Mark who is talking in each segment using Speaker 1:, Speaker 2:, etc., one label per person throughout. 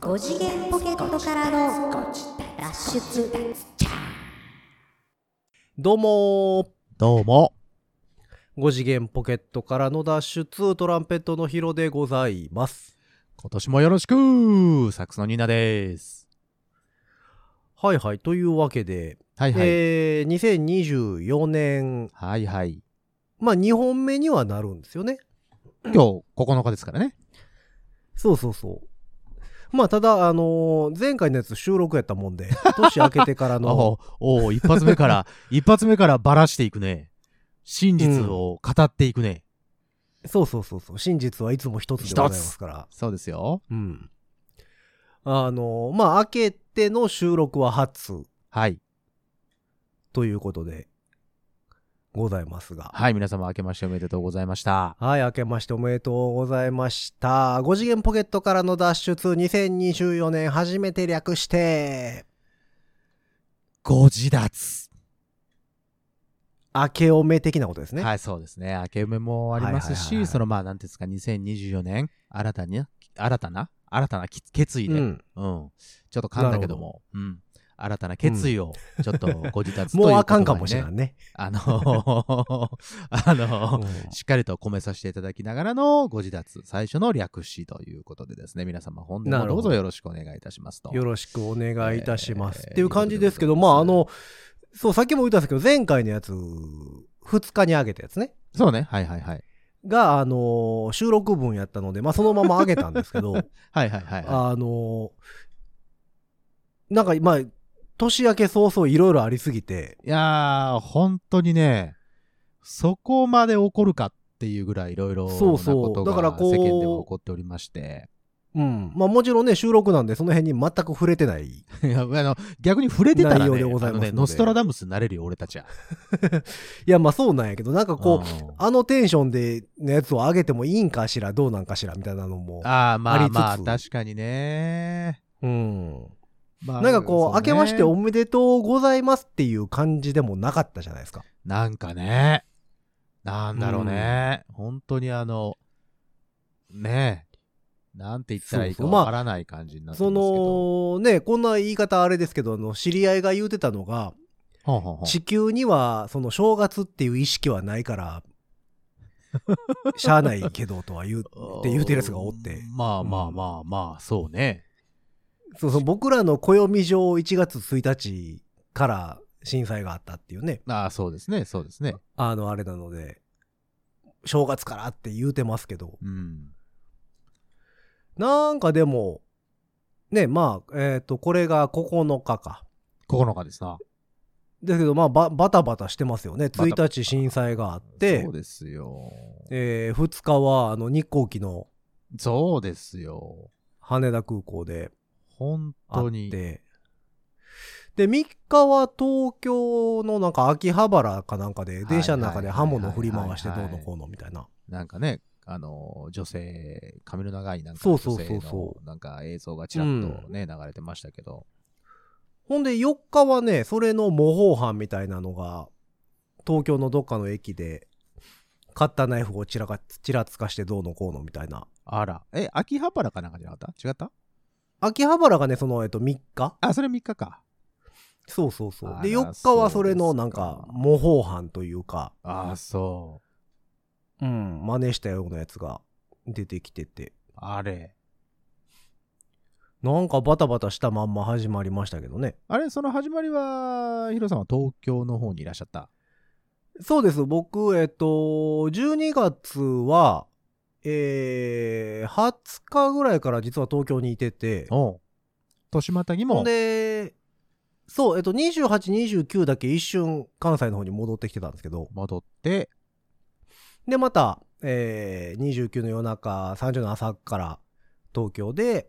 Speaker 1: 5次元ポケットからの脱出
Speaker 2: どうも
Speaker 3: どうも。
Speaker 2: ー5次元ポケットからの脱出トランペットのヒロでございます
Speaker 3: 今年もよろしくサックスのニーナです。
Speaker 2: はいはいというわけで、
Speaker 3: はいはい。
Speaker 2: えー、2024年
Speaker 3: はいはい。
Speaker 2: まあ2本目にはなるんですよね
Speaker 3: 今日9日ですからね。
Speaker 2: そうそうそうまあただあのー前回のやつ収録やったも んで年明けてからの
Speaker 3: おおう一発 目から、一発目からばらしていくね。真実を語っていくね。
Speaker 2: そうそうそうそう真実はいつも一つでございますから
Speaker 3: そうですよ。
Speaker 2: うんあのーまあ明けての収録は初
Speaker 3: はい。
Speaker 2: ということでございますが
Speaker 3: はい、皆様明けましておめでとうございました。
Speaker 2: はい、明けましておめでとうございました。5次元ポケットからの脱出2024年初めて略して、
Speaker 3: ご自立。
Speaker 2: 明けおめ的なことですね。
Speaker 3: はい、そうですね。明け埋めもあります
Speaker 2: はいはいはいはい
Speaker 3: し、そのまあ、なんていうんですか、2024年、新たに、新たな、新たなき決意
Speaker 2: う
Speaker 3: で、
Speaker 2: ん。
Speaker 3: うん。ちょっと噛んだけども、うん。新たな決意を、ちょっとご自立という
Speaker 2: もうあかんかもしれ
Speaker 3: こ
Speaker 2: な
Speaker 3: と
Speaker 2: い
Speaker 3: でね。
Speaker 2: ね。
Speaker 3: あの ーあのー
Speaker 2: うん
Speaker 3: しっかりと込めさせていただきながらのご自立、最初の略詞ということでですね、皆様本年もどうぞよろしくお願いいたしますと。
Speaker 2: よろしくお願いいたします。
Speaker 3: えー
Speaker 2: っていう感じですけど、
Speaker 3: いい
Speaker 2: ま
Speaker 3: こ
Speaker 2: あ、あ
Speaker 3: とでござい
Speaker 2: の、そう、さっきも言ったんですけど、前回のやつ、2日に上げたやつね。
Speaker 3: そうね、はいはいはい。
Speaker 2: が、あの収録分やったので、まあ、そのまま上げたんですけど、
Speaker 3: はいはいはい、は
Speaker 2: あのなんか、まあ、年明け早々いろいろありすぎて、
Speaker 3: い。いやー、本当にね、そこまで起こるかっていうぐらいいろいろな
Speaker 2: そう
Speaker 3: こ
Speaker 2: そう
Speaker 3: と
Speaker 2: だから
Speaker 3: が
Speaker 2: こう
Speaker 3: 世間では起こっておりまして。
Speaker 2: うん。まあもちろんね、収録なんでその辺に全く触れてない。
Speaker 3: いやあの逆に触れてたら
Speaker 2: 内容
Speaker 3: ね
Speaker 2: でございますの
Speaker 3: あの
Speaker 2: で
Speaker 3: ねノストラダムスになれるよ俺たちはい
Speaker 2: や、まあそうなんやけど、なんかこう、
Speaker 3: うん
Speaker 2: あのテンションでのやつを上げてもいいんかしら、どうなんかしら、みたいなのも。
Speaker 3: ああま
Speaker 2: あ
Speaker 3: あ
Speaker 2: りつつ
Speaker 3: まあ確かにね、
Speaker 2: うん。
Speaker 3: まあ
Speaker 2: なんかこう、
Speaker 3: そ
Speaker 2: 明
Speaker 3: ね
Speaker 2: けましておめでとうございますっていう感じでもなかったじゃないですか。
Speaker 3: なんかねなんだろうね、本当にあのねえなんて言ったらいい
Speaker 2: そ
Speaker 3: か
Speaker 2: うそうまあ
Speaker 3: わからない感じになって
Speaker 2: そ
Speaker 3: ますけど、
Speaker 2: の、ね、こんな言い方あれですけど、あの、知り合いが言うてたのが、
Speaker 3: ほんほんほん
Speaker 2: 地球には、その、正月っていう意識はない から、しゃあないけどとは言う、って言うてるやつがおって。
Speaker 3: まあまあまあまあ、そうね
Speaker 2: そうそう、僕らの暦上1月1日から震災があったっていうね、
Speaker 3: ああそうですねそうですね
Speaker 2: あの、あれなので、正月からって言うてますけど、
Speaker 3: うん
Speaker 2: なんかでも、ね、まあ、えっ、と、これが9日か。
Speaker 3: 9日ですな
Speaker 2: ですけど、まあ、ばバタバタしてますよね。
Speaker 3: タバタ
Speaker 2: 1日震災があって
Speaker 3: そう、ですよ
Speaker 2: え2日は、あの、日航機の
Speaker 3: そうですよ
Speaker 2: 羽田空港で
Speaker 3: 本
Speaker 2: あっ
Speaker 3: 当に
Speaker 2: て、で、3日は東京のなんか秋葉原かなんかで、電車の中で刃物振り回してどうのこうのみたいな。
Speaker 3: なんかね、あの女性、髪の長いなんか
Speaker 2: そう
Speaker 3: 女
Speaker 2: そう
Speaker 3: 性
Speaker 2: そうそ
Speaker 3: のなんか映像がちらっとね、流れてましたけど、
Speaker 2: ほんで4日はね、それの模倣犯みたいなのが、東京のどっかの駅で、カッターナイフをちらかちらつかしてどうのこうのみたいな。
Speaker 3: あら、え、秋葉原かなんかじゃなかった違った
Speaker 2: 秋葉原がね、その、えっと、3日
Speaker 3: あ、それ3日か。
Speaker 2: そうそうそう。で、
Speaker 3: あら
Speaker 2: 4日はそれ
Speaker 3: そ
Speaker 2: の
Speaker 3: うですか
Speaker 2: なんか、模倣犯というか、
Speaker 3: ああ、そう。
Speaker 2: うん、真似したようなやつが出てきてて、
Speaker 3: あれ。
Speaker 2: なんかバタバタしたまんま始まりましたけどね。
Speaker 3: あれ、その始まりは、ヒロさんは東京の方にいらっしゃった。
Speaker 2: そうです。僕、えっと、12月は、えー、20日ぐらいから実は東京にいてて、
Speaker 3: おう。年またぎ
Speaker 2: ほ
Speaker 3: も
Speaker 2: ん、で、そう、えっと、28、29だけ一瞬関西の方に戻ってきてたんですけど、
Speaker 3: 戻って、
Speaker 2: で、また、えー、29の夜中、30の朝から東京で、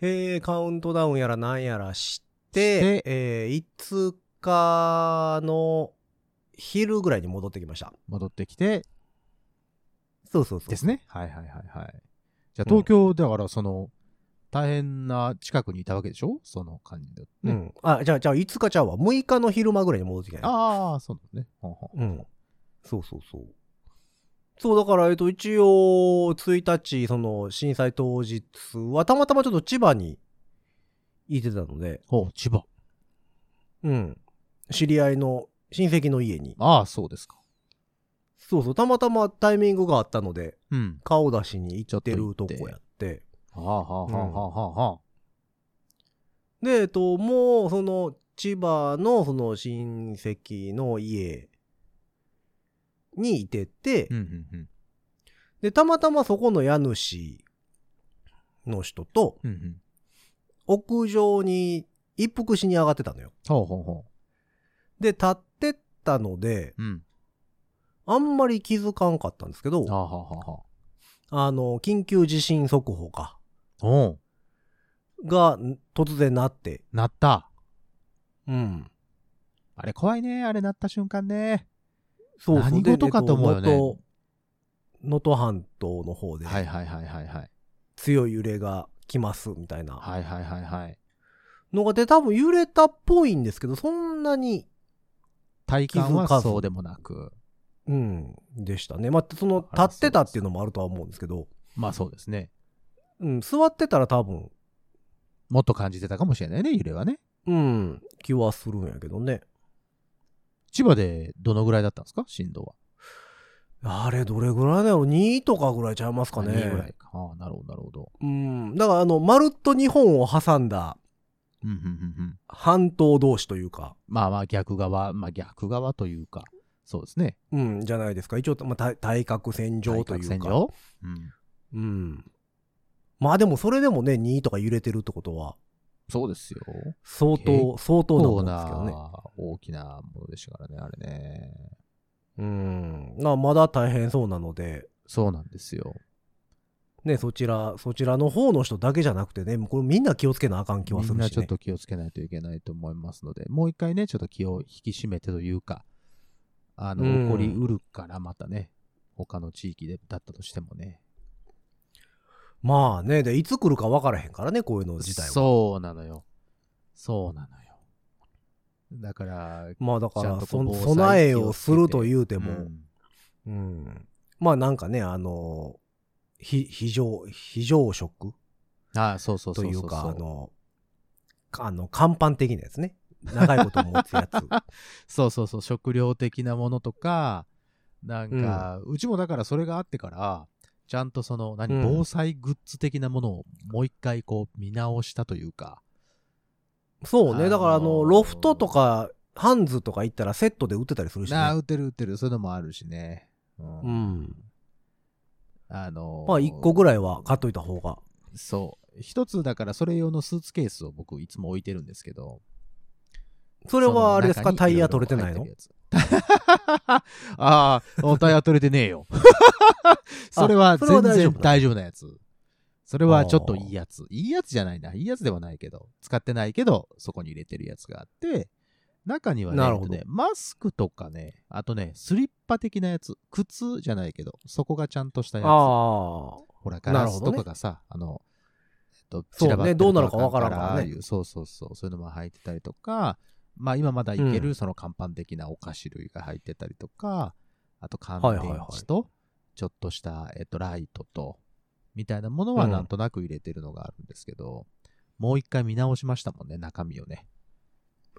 Speaker 2: えー、カウントダウンやらなんやらして
Speaker 3: して、
Speaker 2: えー、5日の昼ぐらいに戻ってきました。
Speaker 3: 戻ってきて、
Speaker 2: そうそうそう。
Speaker 3: ですね。はいはいはいはい。じゃあ東京、だからその、大変な近くにいたわけでしょその感じで。
Speaker 2: う
Speaker 3: ね
Speaker 2: ん。あ、じゃあ、じゃあ、5日ちゃうわ。6日の昼間ぐらいに戻ってきたんや
Speaker 3: ああ、そうだね。ほんほん
Speaker 2: うん。そうそうそう。そう、だから、えっと、一応、1日、その、震災当日は、たまたまちょっと千葉にいてたので、
Speaker 3: ほう、千葉。
Speaker 2: うん。知り合いの親戚の家に。
Speaker 3: ああ、そうですか。
Speaker 2: そうそう、たまたまタイミングがあったので、
Speaker 3: うん。
Speaker 2: 顔出しに行って
Speaker 3: ちょ
Speaker 2: る
Speaker 3: っと
Speaker 2: と
Speaker 3: 行って
Speaker 2: こやって。
Speaker 3: はあはあはあはあはあはあ。
Speaker 2: で、えっと、もう、その、千葉の、その、親戚の家にいてて、
Speaker 3: うんうん
Speaker 2: で、たまたまそこの家主の人と、
Speaker 3: うん。うんうん。
Speaker 2: 屋上に一服しに上がってたのよ。
Speaker 3: ほうほうほ
Speaker 2: で、立ってったので、
Speaker 3: う。うん。
Speaker 2: あんまり気づかんかったんですけど
Speaker 3: は、あはあはあはあ。
Speaker 2: あの、緊急地震速報か、
Speaker 3: おう、
Speaker 2: がん突然なって、
Speaker 3: なった。
Speaker 2: うん。
Speaker 3: あれ怖いね。あれなった瞬間ね。
Speaker 2: そうそう
Speaker 3: 何事かと思うよね
Speaker 2: でえっと能登能登半島の方で
Speaker 3: はいはいはいはいはい。
Speaker 2: 強い揺れが来ますみたいな
Speaker 3: はいはいはいはい。
Speaker 2: のがで多分揺れたっぽいんですけど、そんなに、
Speaker 3: 体感
Speaker 2: 気づか
Speaker 3: は
Speaker 2: ず
Speaker 3: そうでもなく。
Speaker 2: うん、でしたね。まあ、その、立ってたっていうのもあるとは思うんですけど、
Speaker 3: まあそうですね。
Speaker 2: うん、座ってたら多分、
Speaker 3: もっと感じてたかもしれないね、揺れはね。
Speaker 2: うん、気はするんやけどね。
Speaker 3: 千葉でどのぐらいだったんですか震度は。
Speaker 2: あれ、どれぐらいなんやろ ?2 とかぐらいちゃいますか
Speaker 3: あ二ぐら
Speaker 2: ね
Speaker 3: い。か。ああ、なるほど、なるほど。
Speaker 2: うん。だから、あの、まるっと日本を挟んだ
Speaker 3: うん、うん、うん、うん。
Speaker 2: 半島同士というか、
Speaker 3: まあまあ逆側、まあ逆側というか、そうですね。
Speaker 2: うん、じゃないですか。一応、まあ、対対角線上というか。
Speaker 3: 対角線上う
Speaker 2: う
Speaker 3: ん。
Speaker 2: ん。まあでも、それでもね、2とか揺れてるってことは、
Speaker 3: そうですよ。
Speaker 2: 相当、相当なも
Speaker 3: そうん
Speaker 2: ですけどね。
Speaker 3: な大きなものでしたからね、あれね。
Speaker 2: うん。なまだ大変そうなので、
Speaker 3: そうなんですよ。
Speaker 2: ね、そちら、そちらの方の人だけじゃなくてね、これみんな気をつけなあかん気は
Speaker 3: み
Speaker 2: す
Speaker 3: ん
Speaker 2: る
Speaker 3: な
Speaker 2: し、
Speaker 3: ちょっ
Speaker 2: ね。
Speaker 3: と気をつけないといけないと思いますので、もう一回ね、ちょっと気を引き締めてというか、あの、
Speaker 2: うん
Speaker 3: 起こりうるからまたね、他の地域でだったとしてもね。
Speaker 2: まあね、で、いつ来るか分からへんからね、こういうの自体は。
Speaker 3: そうなのよ。そうなのよ。だから、
Speaker 2: まあだか
Speaker 3: ちゃん
Speaker 2: ら
Speaker 3: と
Speaker 2: そ
Speaker 3: こ
Speaker 2: ん
Speaker 3: う防災
Speaker 2: 備えをすると言うて
Speaker 3: で
Speaker 2: も、うんまあなんかねあのひ非常非常食
Speaker 3: ああ、そうそうそ
Speaker 2: と
Speaker 3: う
Speaker 2: い
Speaker 3: そうう
Speaker 2: か
Speaker 3: そ
Speaker 2: あ
Speaker 3: う
Speaker 2: のかあの乾パン的なやつね長いこと持つや つ
Speaker 3: そうそうそう、食料的なものとか、なんか、うちもだからそれがあってから、ちゃんとその、何、
Speaker 2: うん
Speaker 3: 防災グッズ的なものをもう一回こう見直したというか、
Speaker 2: そう
Speaker 3: あの
Speaker 2: ね
Speaker 3: ー
Speaker 2: だからあのロフトとかハンズとか行ったらセットで売ってたりするし
Speaker 3: なあ、
Speaker 2: ね
Speaker 3: 打てる打てる、そういうのもあるしね。うん
Speaker 2: うん
Speaker 3: あのー
Speaker 2: まあ1個ぐらいは買っといた方が
Speaker 3: そう。一つだからそれ用のスーツケースを僕いつも置いてるんですけど。
Speaker 2: それはあれですか
Speaker 3: その
Speaker 2: タ
Speaker 3: 中に
Speaker 2: イヤ
Speaker 3: ろ
Speaker 2: 取れ
Speaker 3: ろ
Speaker 2: てない
Speaker 3: 入っ
Speaker 2: の
Speaker 3: るやつ ああ、タイヤ取れてねえよ。 それは
Speaker 2: それは
Speaker 3: 全
Speaker 2: 大丈夫
Speaker 3: 然大丈夫なやつ。それはちょっといいやつ。いいやつじゃないな。いいやつではないけど、使ってないけど、そこに入れてるやつがあって、中にはね
Speaker 2: なるほど
Speaker 3: えっとねマスクとかね、あとね、スリッパ的なやつ。靴じゃないけど、そこがちゃんとしたやつ。
Speaker 2: ああ
Speaker 3: ほ
Speaker 2: な
Speaker 3: ら、ガ
Speaker 2: るほどね
Speaker 3: ラスとかがさ、あの、えっと、
Speaker 2: そうね
Speaker 3: 散らばって
Speaker 2: どうなるかわからんからね
Speaker 3: ああいうそうそうそう、そういうのも入ってたりとか、まあ今まだいけ
Speaker 2: う
Speaker 3: るその乾パン的なお菓子類が入ってたりとか、あと乾
Speaker 2: はい
Speaker 3: 電
Speaker 2: はいはい
Speaker 3: 池と、ちょっとした、えっと、ライトと、みたいなものは
Speaker 2: うん
Speaker 3: なんとなく入れてるのがあるんですけど、もう一回見直しましたもんね、中身をね。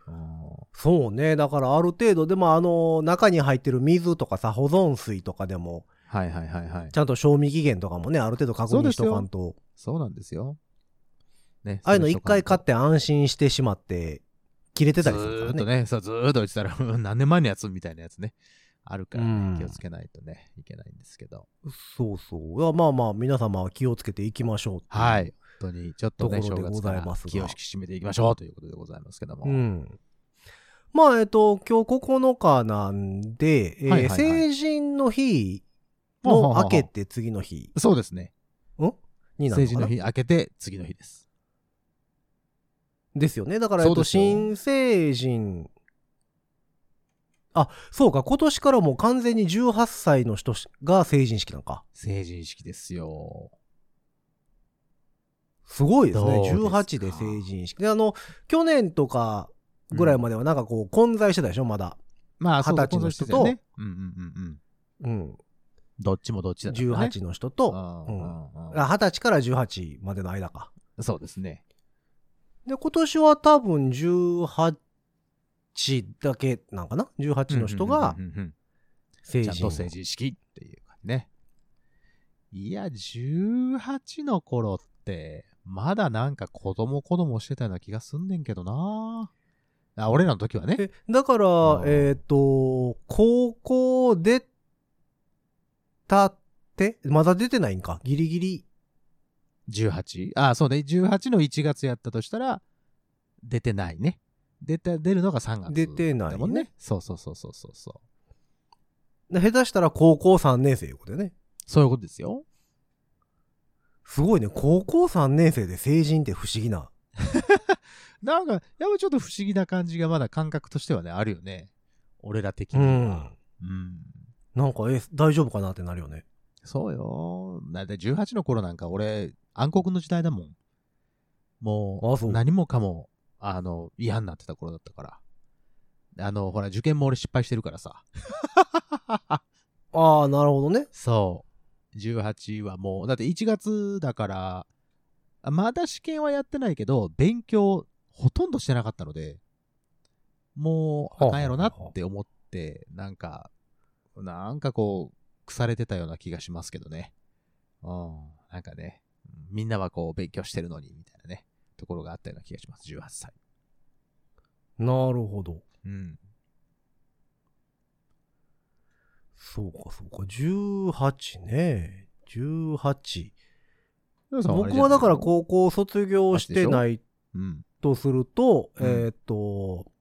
Speaker 3: うん
Speaker 2: そうねだからある程度でもあの中に入ってる水とかさ保存水とかでも
Speaker 3: はいはいはいはい
Speaker 2: ち。ゃんと賞味期限とかもね、ある程度確認しとかんと、
Speaker 3: そうなんですよ。ね、
Speaker 2: ああいうの
Speaker 3: それ
Speaker 2: 一
Speaker 3: とか
Speaker 2: 回買って安心してしまって、切れてたりするから
Speaker 3: ずーっと
Speaker 2: ね。
Speaker 3: ね、そうずーっと落ちたら、 うん何年前のやつみたいなやつね。あるから
Speaker 2: うん
Speaker 3: ね、気をつけないとね、いけないんですけど。
Speaker 2: そうそう。いやまあまあ、皆様気をつけていきましょうってう
Speaker 3: はい。。本当に、ちょっとね、
Speaker 2: とこ
Speaker 3: 正
Speaker 2: ろでご
Speaker 3: 月か
Speaker 2: ざい
Speaker 3: ら
Speaker 2: ますが
Speaker 3: 気を引き締めていきましょうということでございますけども。
Speaker 2: うん。まあ、えっと、今日9日なんで、えー
Speaker 3: はいはいはい
Speaker 2: 成人の日
Speaker 3: ほうほうほう
Speaker 2: の
Speaker 3: ほう
Speaker 2: 明けて次の日
Speaker 3: そうですね。
Speaker 2: になる
Speaker 3: 成
Speaker 2: のかな
Speaker 3: 人の日明けて、次の日です。
Speaker 2: ですよね。だから、え
Speaker 3: そ
Speaker 2: っ
Speaker 3: う
Speaker 2: と、
Speaker 3: ですよ
Speaker 2: 新成人、あ、そうか、今年からもう完全に18歳の人しが成人式なんか。
Speaker 3: 成人式ですよ。
Speaker 2: すごいですね。
Speaker 3: どうですか
Speaker 2: 18で成人式。で、あの、去年とかぐらいまではなんかこう混在してたでしょ、まだ。
Speaker 3: まあ、そう
Speaker 2: 二十歳の人と
Speaker 3: そうそうそうですよねうんうんうんうん。
Speaker 2: うん。
Speaker 3: どっちもどっちだったからね。
Speaker 2: 18の人と、
Speaker 3: う
Speaker 2: うんん
Speaker 3: うんうん
Speaker 2: あ20歳から18までの間か。
Speaker 3: そうですね。
Speaker 2: で、今年は多分18だけなんかな ?18 の人が
Speaker 3: うんうんうんうん
Speaker 2: 成
Speaker 3: ちゃ
Speaker 2: 人。
Speaker 3: んと成人式っていうかね。いや、18の頃って、まだなんか子供子供してたような気がすんねんけどなあ、俺らの時はね。
Speaker 2: え、だから
Speaker 3: ん、
Speaker 2: えっ、と、高校出たって、まだ出てないんか。ギリギリ。
Speaker 3: 18? あ、そうね。18の1月やったとしたら、出てないね。出た、出るのが3月。
Speaker 2: 出てないね
Speaker 3: だもんね。そうそうそうそうそうそう。
Speaker 2: 下手したら高校3年生いうことよね。
Speaker 3: そういうことですよ。
Speaker 2: すごいね。高校3年生で成人って不思議な。
Speaker 3: なんか、やっぱちょっと不思議な感じがまだ感覚としてはね、あるよね。俺ら的
Speaker 2: う
Speaker 3: に
Speaker 2: ん
Speaker 3: は。。うん
Speaker 2: なんか、え、大丈夫かなってなるよね。
Speaker 3: そうよ。だいたい18の頃なんか俺、暗黒の時代だもん。も、
Speaker 2: あそうう
Speaker 3: 何もかも、あの、嫌になってた頃だったから。あの、ほら、受験も俺失敗してるからさ。
Speaker 2: ああ、なるほどね。
Speaker 3: そう。18はもう、だって1月だから、あまだ試験はやってないけど、勉強ほとんどしてなかったので、もう、
Speaker 2: はあ
Speaker 3: あかんやろなって思って、なんか、なんかこう、腐れてたような気がしますけどね。うん。なんかね、みんなはこう、勉強してるのに、みたいなね、ところがあったような気がします。18歳。
Speaker 2: なるほど。
Speaker 3: うん。
Speaker 2: そうか、そうか。18ね。18。僕はだから高校卒業してない
Speaker 3: うん。
Speaker 2: とすると、
Speaker 3: うん
Speaker 2: えーっと、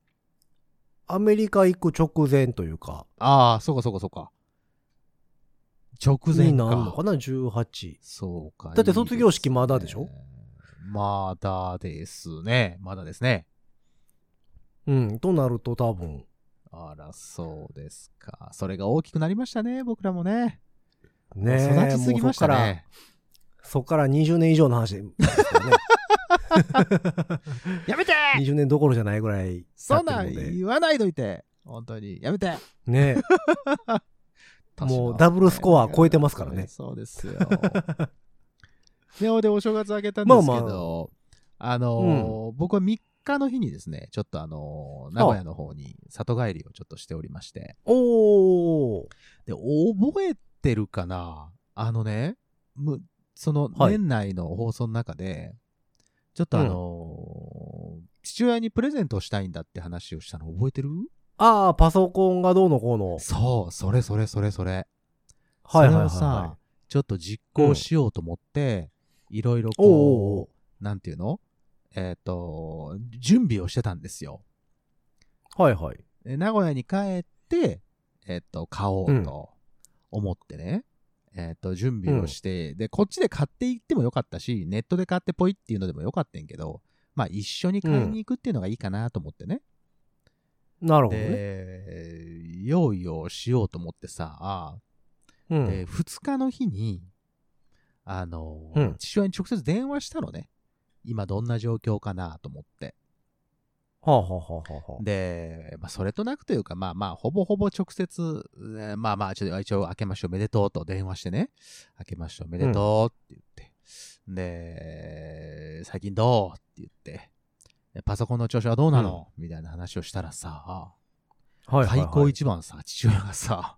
Speaker 2: アメリカ行く直前というか、
Speaker 3: ああ、そうかそうかそうか。直前
Speaker 2: になるのかな、18。
Speaker 3: そうか。
Speaker 2: だって
Speaker 3: いいですね
Speaker 2: 卒業式まだでしょ
Speaker 3: まだですね。まだですね。
Speaker 2: うん、となると多分。
Speaker 3: あら、そうですか。それが大きくなりましたね、僕らもね。
Speaker 2: ねえ
Speaker 3: 育ちすぎました
Speaker 2: もう
Speaker 3: ね。
Speaker 2: そっから、そっから20年以上の話 で、ね、
Speaker 3: やめて
Speaker 2: 20年どころじゃないぐらい経
Speaker 3: そ
Speaker 2: っ
Speaker 3: ん
Speaker 2: て
Speaker 3: な
Speaker 2: る
Speaker 3: ん
Speaker 2: ので。
Speaker 3: 言わないといて。本当に。やめて
Speaker 2: ねえもうダブルスコア超えてますからね
Speaker 3: そうです よ。で、ほいでお正月あげたんですけど、
Speaker 2: まあ
Speaker 3: あのー僕は3日の日にですね、ちょっとあのー名古屋の方に里帰りをちょっとしておりまして、
Speaker 2: おー。
Speaker 3: で、覚えてるかなあのね、むその
Speaker 2: はい
Speaker 3: 年内の放送の中で、ちょっとあのー父親にプレゼントをしたいんだって話をしたの覚えてる
Speaker 2: ああ、パソコンがどうのこうの。
Speaker 3: そう、それそれそれそれ。
Speaker 2: はいはいはい、
Speaker 3: それを
Speaker 2: は
Speaker 3: さ、ちょっと実行しようと思って、いろいろ
Speaker 2: い。おーおー
Speaker 3: こう、なんていうのえっ、と、準備をしてたんですよ。
Speaker 2: おーはいはい。
Speaker 3: で名古屋に帰って、えっと、買おうと思ってね、えっと、準備をして、で、こっちで買っていってもよかったし、ネットで買ってぽいっていうのでもよかったんやけど、まあ、一緒に買いに行くっていうのがいいかなと思ってね。
Speaker 2: なるほどね。
Speaker 3: で、用意をしようと思ってさ、
Speaker 2: うん
Speaker 3: で、2日の日に、あの、
Speaker 2: うん
Speaker 3: 父親に直接電話したのね。今どんな状況かなと思って。
Speaker 2: はあはあはあはあはあ。
Speaker 3: で、まあ、それとなくというか、まあまあ、ほぼほぼ直接、えーまあまあ、ちょっと一応、明けましておめでとうと電話してね、明けましておめでとうって言って、で、最近どうって言って、でパソコンの調子はどうなの、みたいな話をしたらさ、
Speaker 2: はいはいはい、
Speaker 3: 開口一番さ、父親がさ、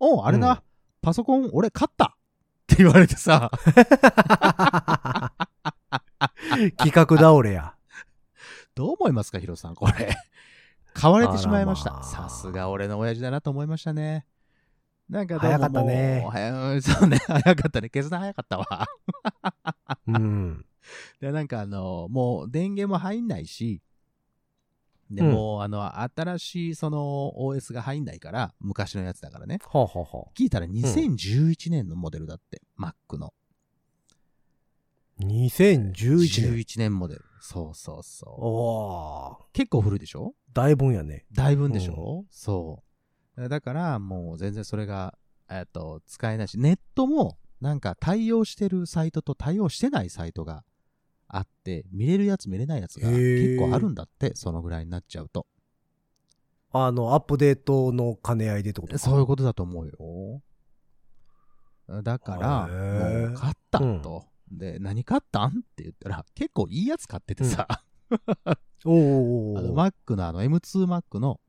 Speaker 3: おうあれだ、パソコン俺買ったって言われてさ、
Speaker 2: 企画倒れや。
Speaker 3: どう思いますか、ヒロさん、これ。 買われてしまいまし
Speaker 2: あ
Speaker 3: た。
Speaker 2: らまあ
Speaker 3: さすが俺の親父だなと思いましたね。なんかどうも
Speaker 2: 早かったね
Speaker 3: もう早 そうね、早かったね。決断早かったわ。
Speaker 2: うん。
Speaker 3: で、なんかあの、もう電源も入んないし、で、
Speaker 2: うん
Speaker 3: もうあの、新しいその OS が入んないから、昔のやつだからね。
Speaker 2: はあはあは
Speaker 3: 聞いたら2011年のモデルだって、Mac の。
Speaker 2: あ。2011年。
Speaker 3: 11年モデル。そうそうそう。
Speaker 2: おー。
Speaker 3: 結構古いでしょ
Speaker 2: だいぶんやね。
Speaker 3: だいぶんでしょ、そう。だから、もう全然それが、えっと、使えないし、ネットも、なんか対応してるサイトと対応してないサイトがあって、見れるやつ見れないやつが
Speaker 2: へ
Speaker 3: 結
Speaker 2: ー
Speaker 3: 構あるんだって、そのぐらいになっちゃうと。
Speaker 2: あの、アップデートの兼ね合いでってことか
Speaker 3: そういうことだと思うよ。だから、
Speaker 2: へー
Speaker 3: もう買ったと。で、何買ったんって言ったら、結構いいやつ買っててさ、
Speaker 2: おお
Speaker 3: あの
Speaker 2: はい
Speaker 3: Mac のあの M2Mac の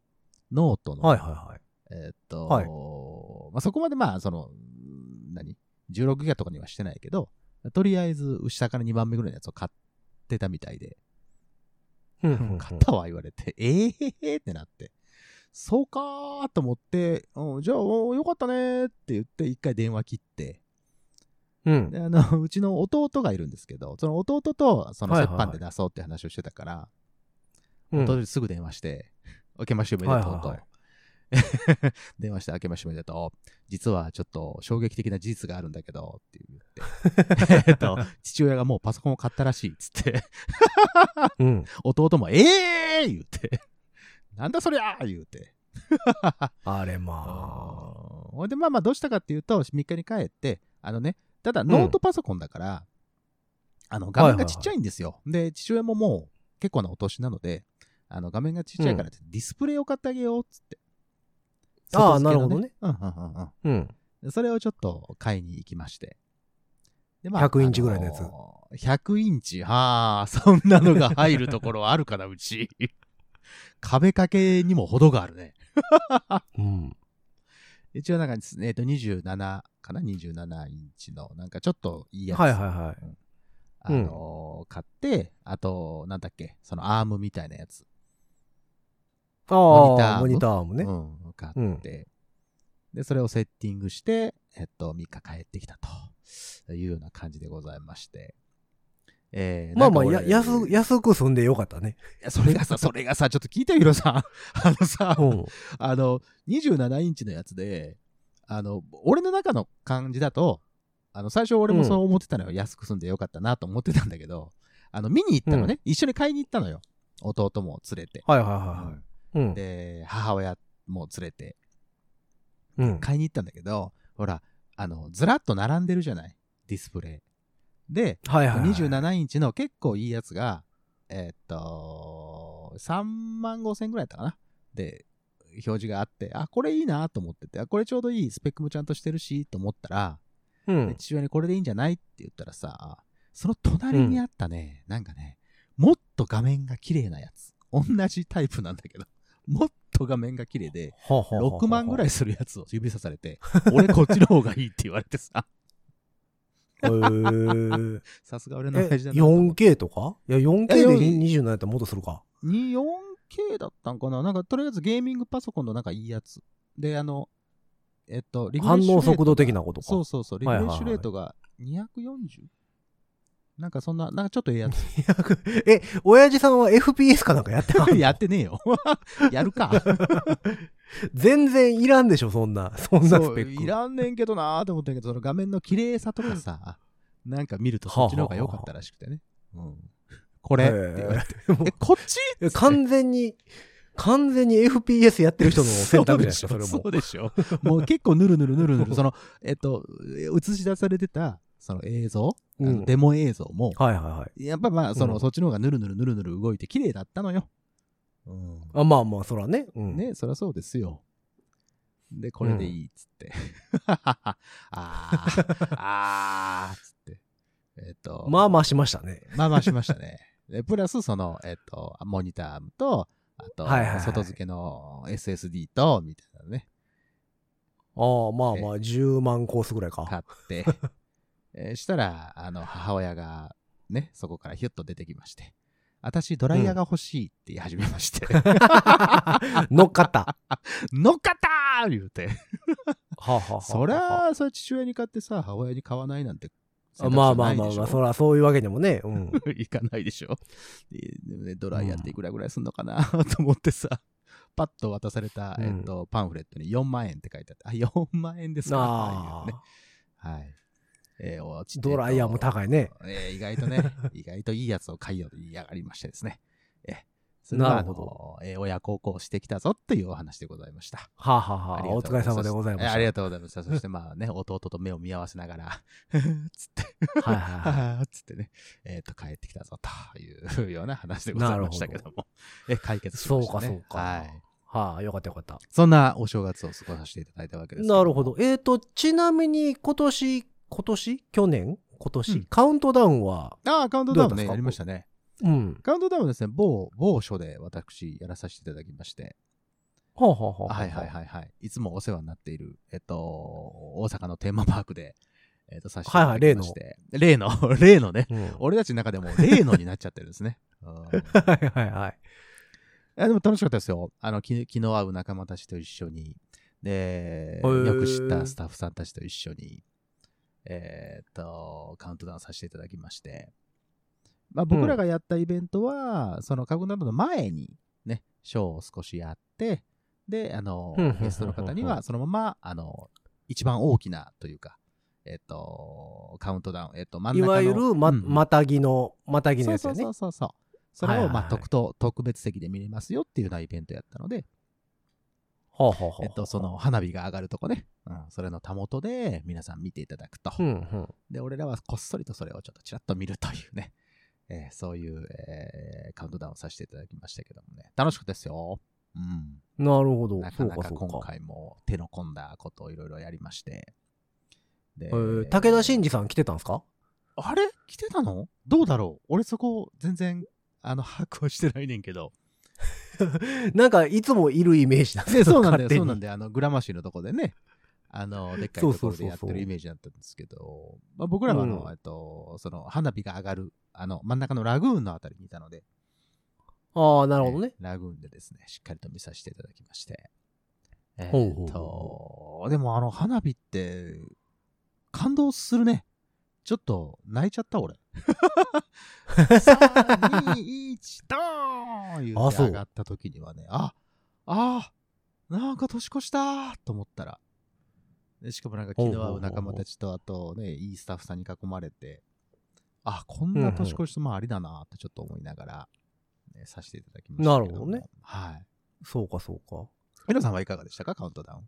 Speaker 3: ノートの、
Speaker 2: はいはい。
Speaker 3: えーっと、
Speaker 2: はい
Speaker 3: まあ、そこまでまあ、その、うん何 ?16 ギガとかにはしてないけど、とりあえず、下から2番目ぐらいのやつを買ってたみたいで、
Speaker 2: うんうんうん
Speaker 3: 買ったわ言われて、 ええへへってなって、そうかーと思って、うん、じゃあ、おーよかったねーって言って、一回電話切って、
Speaker 2: うん
Speaker 3: で。あの、うちの弟がいるんですけど、その弟と、その
Speaker 2: はい
Speaker 3: 折
Speaker 2: はい
Speaker 3: 半で出そうって話をしてたから、
Speaker 2: うん
Speaker 3: 弟にすぐ電話して、明けましておめでとうと。
Speaker 2: はいはい
Speaker 3: 電話して明けましておめでとう。実はちょっと衝撃的な事実があるんだけど、って言って。えっと、 父親がもうパソコンを買ったらしいっつって、
Speaker 2: うん。
Speaker 3: 弟も、ええー言うて、なんだそりゃー言うて。
Speaker 2: あれ
Speaker 3: あ
Speaker 2: ま
Speaker 3: ーほんで、まあまあ、どうしたかっていうと、3日に帰って、あのね、ただノートパソコンだから、あの、画面がちっちゃいんですよ。で、父親ももう結構なお年なので、あの、画面がちっちゃいからって、ディスプレイを買ってあげようっつって。
Speaker 2: あー
Speaker 3: 外付けの
Speaker 2: なるほどね。
Speaker 3: うんうんうんうん
Speaker 2: あ。うん。
Speaker 3: で。それをちょっと買いに行きまして。で
Speaker 2: 100インチぐらいのやつ
Speaker 3: あのー100インチはあ、そんなのが入るところあるかな、うち。 壁掛けにも程があるね。
Speaker 2: うん。
Speaker 3: 一応なんかですね、えっと、27かな ?27 インチの、なんかちょっといいやつ。
Speaker 2: はいはいはい
Speaker 3: うんあ
Speaker 2: うん
Speaker 3: のー買って、あと、なんだっけ、そのアームみたいなやつ。モニター
Speaker 2: ああ、モ
Speaker 3: も
Speaker 2: ニターもね
Speaker 3: う。ん、買って、で、それをセッティングして、えっと、3日帰ってきたというような感じでございまして。えー
Speaker 2: まあまあ、
Speaker 3: なんか
Speaker 2: や
Speaker 3: 俺
Speaker 2: 安
Speaker 3: い
Speaker 2: 安く済んでよかったね。
Speaker 3: やそれがさ、それがさ、ちょっと聞いてよ、ヒロさん。 あのさ、
Speaker 2: うん。
Speaker 3: あの、27インチのやつで、あの、俺の中の感じだと、あの、最初俺もそう思ってたのよ。安く済んでよかったなと思ってたんだけど、あの、見に行ったのね。一緒に買いに行ったのよ。弟も連れて。
Speaker 2: はいはいはいうはい。
Speaker 3: で、母親も連れて、
Speaker 2: うん。うん。
Speaker 3: 買いに行ったんだけど、ほら、あの、ずらっと並んでるじゃないディスプレイ。で、
Speaker 2: はいはいはい。
Speaker 3: 27インチの結構いいやつが、えーっと、3万5千ぐらいだったかな。で、表示があって、あ、これいいなと思ってて、あ、これちょうどいい、スペックもちゃんとしてるし、と思ったら、
Speaker 2: うん。
Speaker 3: 父親にこれでいいんじゃないって言ったらさ、その隣にあったね、なんかね、もっと画面が綺麗なやつ。同じタイプなんだけど、もっと画面が綺麗で、
Speaker 2: はあはあはあはあ
Speaker 3: 6万ぐらいするやつを指さされて、俺こっちの方がいいって言われてさ、
Speaker 2: へ ー
Speaker 3: さすが俺の
Speaker 2: え
Speaker 3: 親父だなと思って
Speaker 2: 4K とかいや 4K で
Speaker 3: え
Speaker 2: 27やったらもっとするか。
Speaker 3: 24K だったんかななんか、とりあえずゲーミングパソコンのなんかいいやつ。で、あの、えっと、リフレッ
Speaker 2: 反
Speaker 3: シュレー
Speaker 2: 応
Speaker 3: トが
Speaker 2: 速度的なことか。
Speaker 3: そうそうそう、リフ
Speaker 2: はい
Speaker 3: レ
Speaker 2: はいは
Speaker 3: ッ
Speaker 2: い
Speaker 3: シュレートが 240? なんかそんな、なんかちょっとええ やつ。
Speaker 2: え、親父さんは FPS かなんかやってな い
Speaker 3: やってねえよ。やるか。
Speaker 2: 全然いらんでしょ、そんな。そんなス
Speaker 3: そう
Speaker 2: ペック。
Speaker 3: いらんねんけどなーと思ったけど、その画面の綺麗さとかさ、なんか見るとそっちの方が良かったらしくてね。うんこれ
Speaker 2: へ
Speaker 3: って
Speaker 2: ー
Speaker 3: 言われて、
Speaker 2: もう
Speaker 3: え、こっち
Speaker 2: え完全に、完全に FPS やってる人の選択肢じゃないですか、それ
Speaker 3: そう
Speaker 2: も。
Speaker 3: でしょ。もう結構ぬるぬるぬるぬる、その、えっと、映し出されてた、その映像、あの
Speaker 2: うん
Speaker 3: デモ映像も、
Speaker 2: はいはいはい。
Speaker 3: やっぱまあ、その、
Speaker 2: うん
Speaker 3: そっちの方がぬるぬるぬるぬる動いて綺麗だったのよ。うん。
Speaker 2: あまあまあ、そらね。うん、
Speaker 3: ねそりゃそうですよ。で、これでいいっつって。 あー、あーっつって。えっと、
Speaker 2: まあまあしましたね。
Speaker 3: まあまあしましたね。でプラス、その、えっと、モニターと、あと
Speaker 2: はいはいは、い
Speaker 3: 外付けの SSD と、みたいなね。
Speaker 2: ああ、まあまあ、10万コースぐらいか。
Speaker 3: 買って、 えーしたら、あの、母親が、ね、そこからひょっと出てきまして、私、ドライヤーが欲しいって言い始め まして、
Speaker 2: 乗っか った。
Speaker 3: 乗っかったー言うて、
Speaker 2: はあはあはあはあ
Speaker 3: そりゃあ、それ父親に買ってさ、母親に買わないなんて、
Speaker 2: まあまあまあまあ、そ
Speaker 3: ら。
Speaker 2: らそういうわけにもね。 うん。
Speaker 3: いかないでしょ。ででもねドライヤーっていくらぐらいすんのかな と思ってさ、パッと渡された、
Speaker 2: うん
Speaker 3: えっと、パンフレットに4万円って書いてあって、あ、4万円ですか
Speaker 2: あ
Speaker 3: っていうね。はい。えーおち
Speaker 2: ードライヤーも高いね。
Speaker 3: えー意外 とね、意外といいやつを買いよと言いやがりましてですね。えーそれでは
Speaker 2: なるほ
Speaker 3: あのえー親孝行してきたぞっていうお話でございました。
Speaker 2: はあ、はあは
Speaker 3: あ
Speaker 2: あ、
Speaker 3: りがとう
Speaker 2: お疲れ様でございまし
Speaker 3: えー
Speaker 2: た。
Speaker 3: あり
Speaker 2: が
Speaker 3: がとうございました。そしてまあね、弟と目を見合わせな がら、つって、
Speaker 2: とはいはいはい。
Speaker 3: はーっつってね、えっ、と、帰ってきたぞというような話でございましたけども、えー解決し
Speaker 2: そ
Speaker 3: ま
Speaker 2: う
Speaker 3: した
Speaker 2: か
Speaker 3: ね。
Speaker 2: そうか。
Speaker 3: はい。
Speaker 2: はあ、よかったよかった。
Speaker 3: そんなお正月を過ごさせていただいたわけですけも
Speaker 2: なるほど。。えっ、と、ちなみに今年、今年去年今年、
Speaker 3: うん
Speaker 2: カウントダウンは、
Speaker 3: ああ、カウントダウン
Speaker 2: どうだったんで
Speaker 3: ね、
Speaker 2: すか
Speaker 3: やりましたね。
Speaker 2: うん。
Speaker 3: カウントダウンですね、某、某所で私、やらさせていただきまして。
Speaker 2: はあ、はあはあ、
Speaker 3: はいはいはいはい。いつもお世話になっている、えっと、大阪のテーマパークで、えっと、させていただきまして。例の。 例の、例のね。
Speaker 2: うん。
Speaker 3: 俺たちの中でも例のになっちゃってるんです ね。うん、い
Speaker 2: はいはいはい。
Speaker 3: やでも楽しかったですよ。あの、き昨日会う仲間たちと一緒に、で、
Speaker 2: へー
Speaker 3: よく知ったスタッフさんたちと一緒に、えーっと、カウントダウンさせていただきまして、まあ、僕らがやったイベントは、そのカウントダウンの前に、ね、ショーを少しやって、で、あの
Speaker 2: ふんふんふん、ふん
Speaker 3: ゲストの方には、そのまま、あの、一番大きなというか、えーっと、カウントダウン、えーっと、真ん
Speaker 2: い
Speaker 3: 中の
Speaker 2: わゆるま、
Speaker 3: うん
Speaker 2: またぎの、またぎのやつ
Speaker 3: そ
Speaker 2: よ
Speaker 3: う
Speaker 2: ね。
Speaker 3: そうそうそうそう。そ
Speaker 2: はい
Speaker 3: れ
Speaker 2: は
Speaker 3: を、
Speaker 2: いはい
Speaker 3: まあ、特等、特別席で見れますよっていうようなイベントやったので、
Speaker 2: はあ、はあはあ
Speaker 3: えっと、その、花火が上がるとこね、うん、それのたもとで皆さん見ていただくと。
Speaker 2: うんうん。
Speaker 3: で、俺らはこっそりとそれをちょっとちらっと見るというね、 えーそういう、えーカウントダウンをさせていただきましたけどもね、楽しかったですよ。うん。
Speaker 2: なるほど。
Speaker 3: なか
Speaker 2: そう
Speaker 3: な
Speaker 2: か
Speaker 3: か
Speaker 2: そう
Speaker 3: 今
Speaker 2: か。
Speaker 3: 回も手の込んだことをいろいろやりまして。で
Speaker 2: えー、武田真治さん来てたんですか
Speaker 3: あれ来てたのどうだろう俺そこ全然、あの、把握はしてないねんけど。
Speaker 2: なんか、いつもいるイメージなんです
Speaker 3: で、
Speaker 2: けど
Speaker 3: そうなんだよ、
Speaker 2: 勝手に
Speaker 3: そうなんだよ。あの、グラマシーのとこでね、あの、でっかい
Speaker 2: そう
Speaker 3: と
Speaker 2: そ
Speaker 3: こ
Speaker 2: うそう
Speaker 3: ろ
Speaker 2: そう
Speaker 3: でやってるイメージだったんですけど、まあ、僕らはあの、
Speaker 2: うん
Speaker 3: えっと、その、花火が上がる、あの、真ん中のラグーンのあたりにいたので、
Speaker 2: ああ、なるほどね。
Speaker 3: えーラグーンでですね、しっかりと見させていただきまして。え
Speaker 2: ほうほ
Speaker 3: ー
Speaker 2: う
Speaker 3: っ
Speaker 2: ほ
Speaker 3: と、でもあの、花火って、感動するね。ちょっと、泣いちゃった、俺。3、2、1、ドーン言
Speaker 2: あ
Speaker 3: って
Speaker 2: そう
Speaker 3: 上がった時にはね、あ、あ、なんか年越したーと思ったら。でしかもなんか昨日会う仲間たちと、あとね、いいスタッフさんに囲まれて、あ、こんな年越しもありだなってちょっと思いながら、ね、させていただきましたけ
Speaker 2: なる
Speaker 3: ども。
Speaker 2: ほどね。
Speaker 3: はい。
Speaker 2: そうか、そうか。
Speaker 3: エロさんはいかがでしたか、カウントダウン。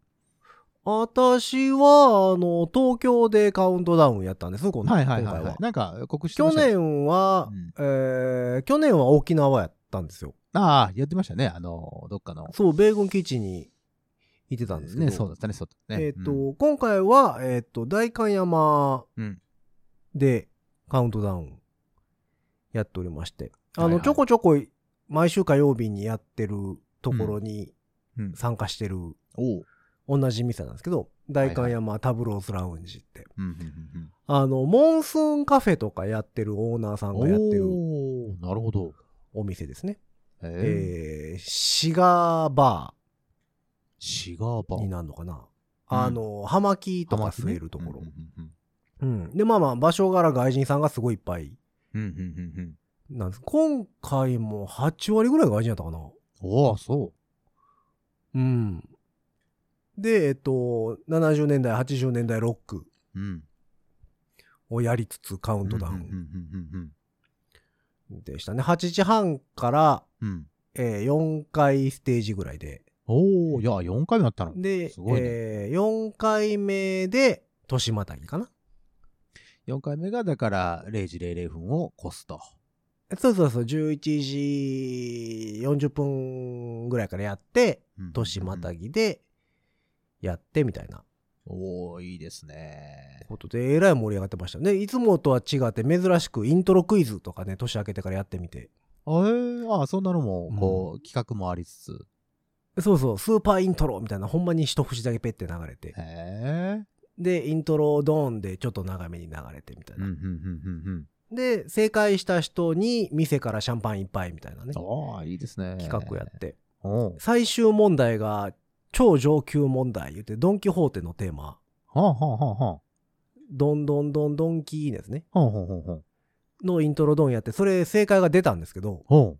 Speaker 2: 私は、あの、東京でカウントダウンやったんです、この
Speaker 3: はいはいは
Speaker 2: 今
Speaker 3: い、
Speaker 2: 回
Speaker 3: は。。
Speaker 2: はい
Speaker 3: なんか、告知してま
Speaker 2: 去
Speaker 3: したね。
Speaker 2: 年は、
Speaker 3: うん
Speaker 2: えー去年は沖縄やったんですよ。
Speaker 3: ああ、やってましたね。あの、どっかの。
Speaker 2: そう、米軍基地に行ってたんですけど。
Speaker 3: ね、そうだったね、そうだったね。
Speaker 2: えっ、と、
Speaker 3: うん
Speaker 2: 今回は、えっ、と、代官山
Speaker 3: うん
Speaker 2: でカウントダウンやっておりまして、あの、
Speaker 3: はいはい
Speaker 2: ちょこちょこ毎週火曜日にやってるところに
Speaker 3: うん
Speaker 2: 参加してる、
Speaker 3: おう。
Speaker 2: 同じ店なんですけど、代官山タブロースラウンジって、
Speaker 3: うん、うん、うん
Speaker 2: あの、モンスーンカフェとかやってるオーナーさん
Speaker 3: う
Speaker 2: が
Speaker 3: ん。
Speaker 2: やってる
Speaker 3: おーなるほど。
Speaker 2: お店ですね。
Speaker 3: えー
Speaker 2: えー、シガーバ
Speaker 3: シガーバ
Speaker 2: ーに
Speaker 3: ー。
Speaker 2: なるのかな。
Speaker 3: うん
Speaker 2: あの、葉巻とか
Speaker 3: ハマキ
Speaker 2: 吸
Speaker 3: ね
Speaker 2: えるところ
Speaker 3: うん。うん
Speaker 2: うん。で、まあまあ、場所柄外人さんがすごいいっぱい
Speaker 3: うん、うんうんうんうん。
Speaker 2: なんです。今回も8割ぐらいが外人だったかな。
Speaker 3: おお、そ
Speaker 2: うん。で、えっと、70年代、80年代ロック
Speaker 3: う。うん。
Speaker 2: をやりつつカウントダウ
Speaker 3: うん、うん
Speaker 2: ン、
Speaker 3: うん
Speaker 2: でしたね。8時半から、
Speaker 3: うん、うん。
Speaker 2: えー4回ステージぐらいで。
Speaker 3: おお、いや、4回もやったの。い
Speaker 2: で、
Speaker 3: すごいね
Speaker 2: え4回目で、年またぎかな。
Speaker 3: 4回目が、だから、0時00分を越すと。
Speaker 2: そうそうそう、11時40分ぐらいからやって、
Speaker 3: うん
Speaker 2: 年またぎでやってみたいな。
Speaker 3: おおいいですね。
Speaker 2: ことで、えらい盛り上がってましたね。いつもとは違って、珍しくイントロクイズとかね、年明けてからやってみて。
Speaker 3: あえー、あそんなのも、こう、企画もありつつ。
Speaker 2: そうそう、スーパーイントロみたいな、ほんまに一節だけペッて流れて。
Speaker 3: へえ。
Speaker 2: で、イントロドーンでちょっと長めに流れてみたい
Speaker 3: うん、う
Speaker 2: な。
Speaker 3: ん、うん、うん、
Speaker 2: で、正解した人に、店からシャンパンいっぱいみたいなね
Speaker 3: うん。、おおいいですね。
Speaker 2: 企画やって。
Speaker 3: おう
Speaker 2: 最終問題が、超上級問題言って、ドン・キホーテのテーマ、
Speaker 3: はあ、はあ、はあ、は
Speaker 2: ドンドンドンドンキーですね。
Speaker 3: あ。はあ、はあ、はあ。
Speaker 2: のイントロドーンやって、それ正解が出たんですけど、
Speaker 3: ほ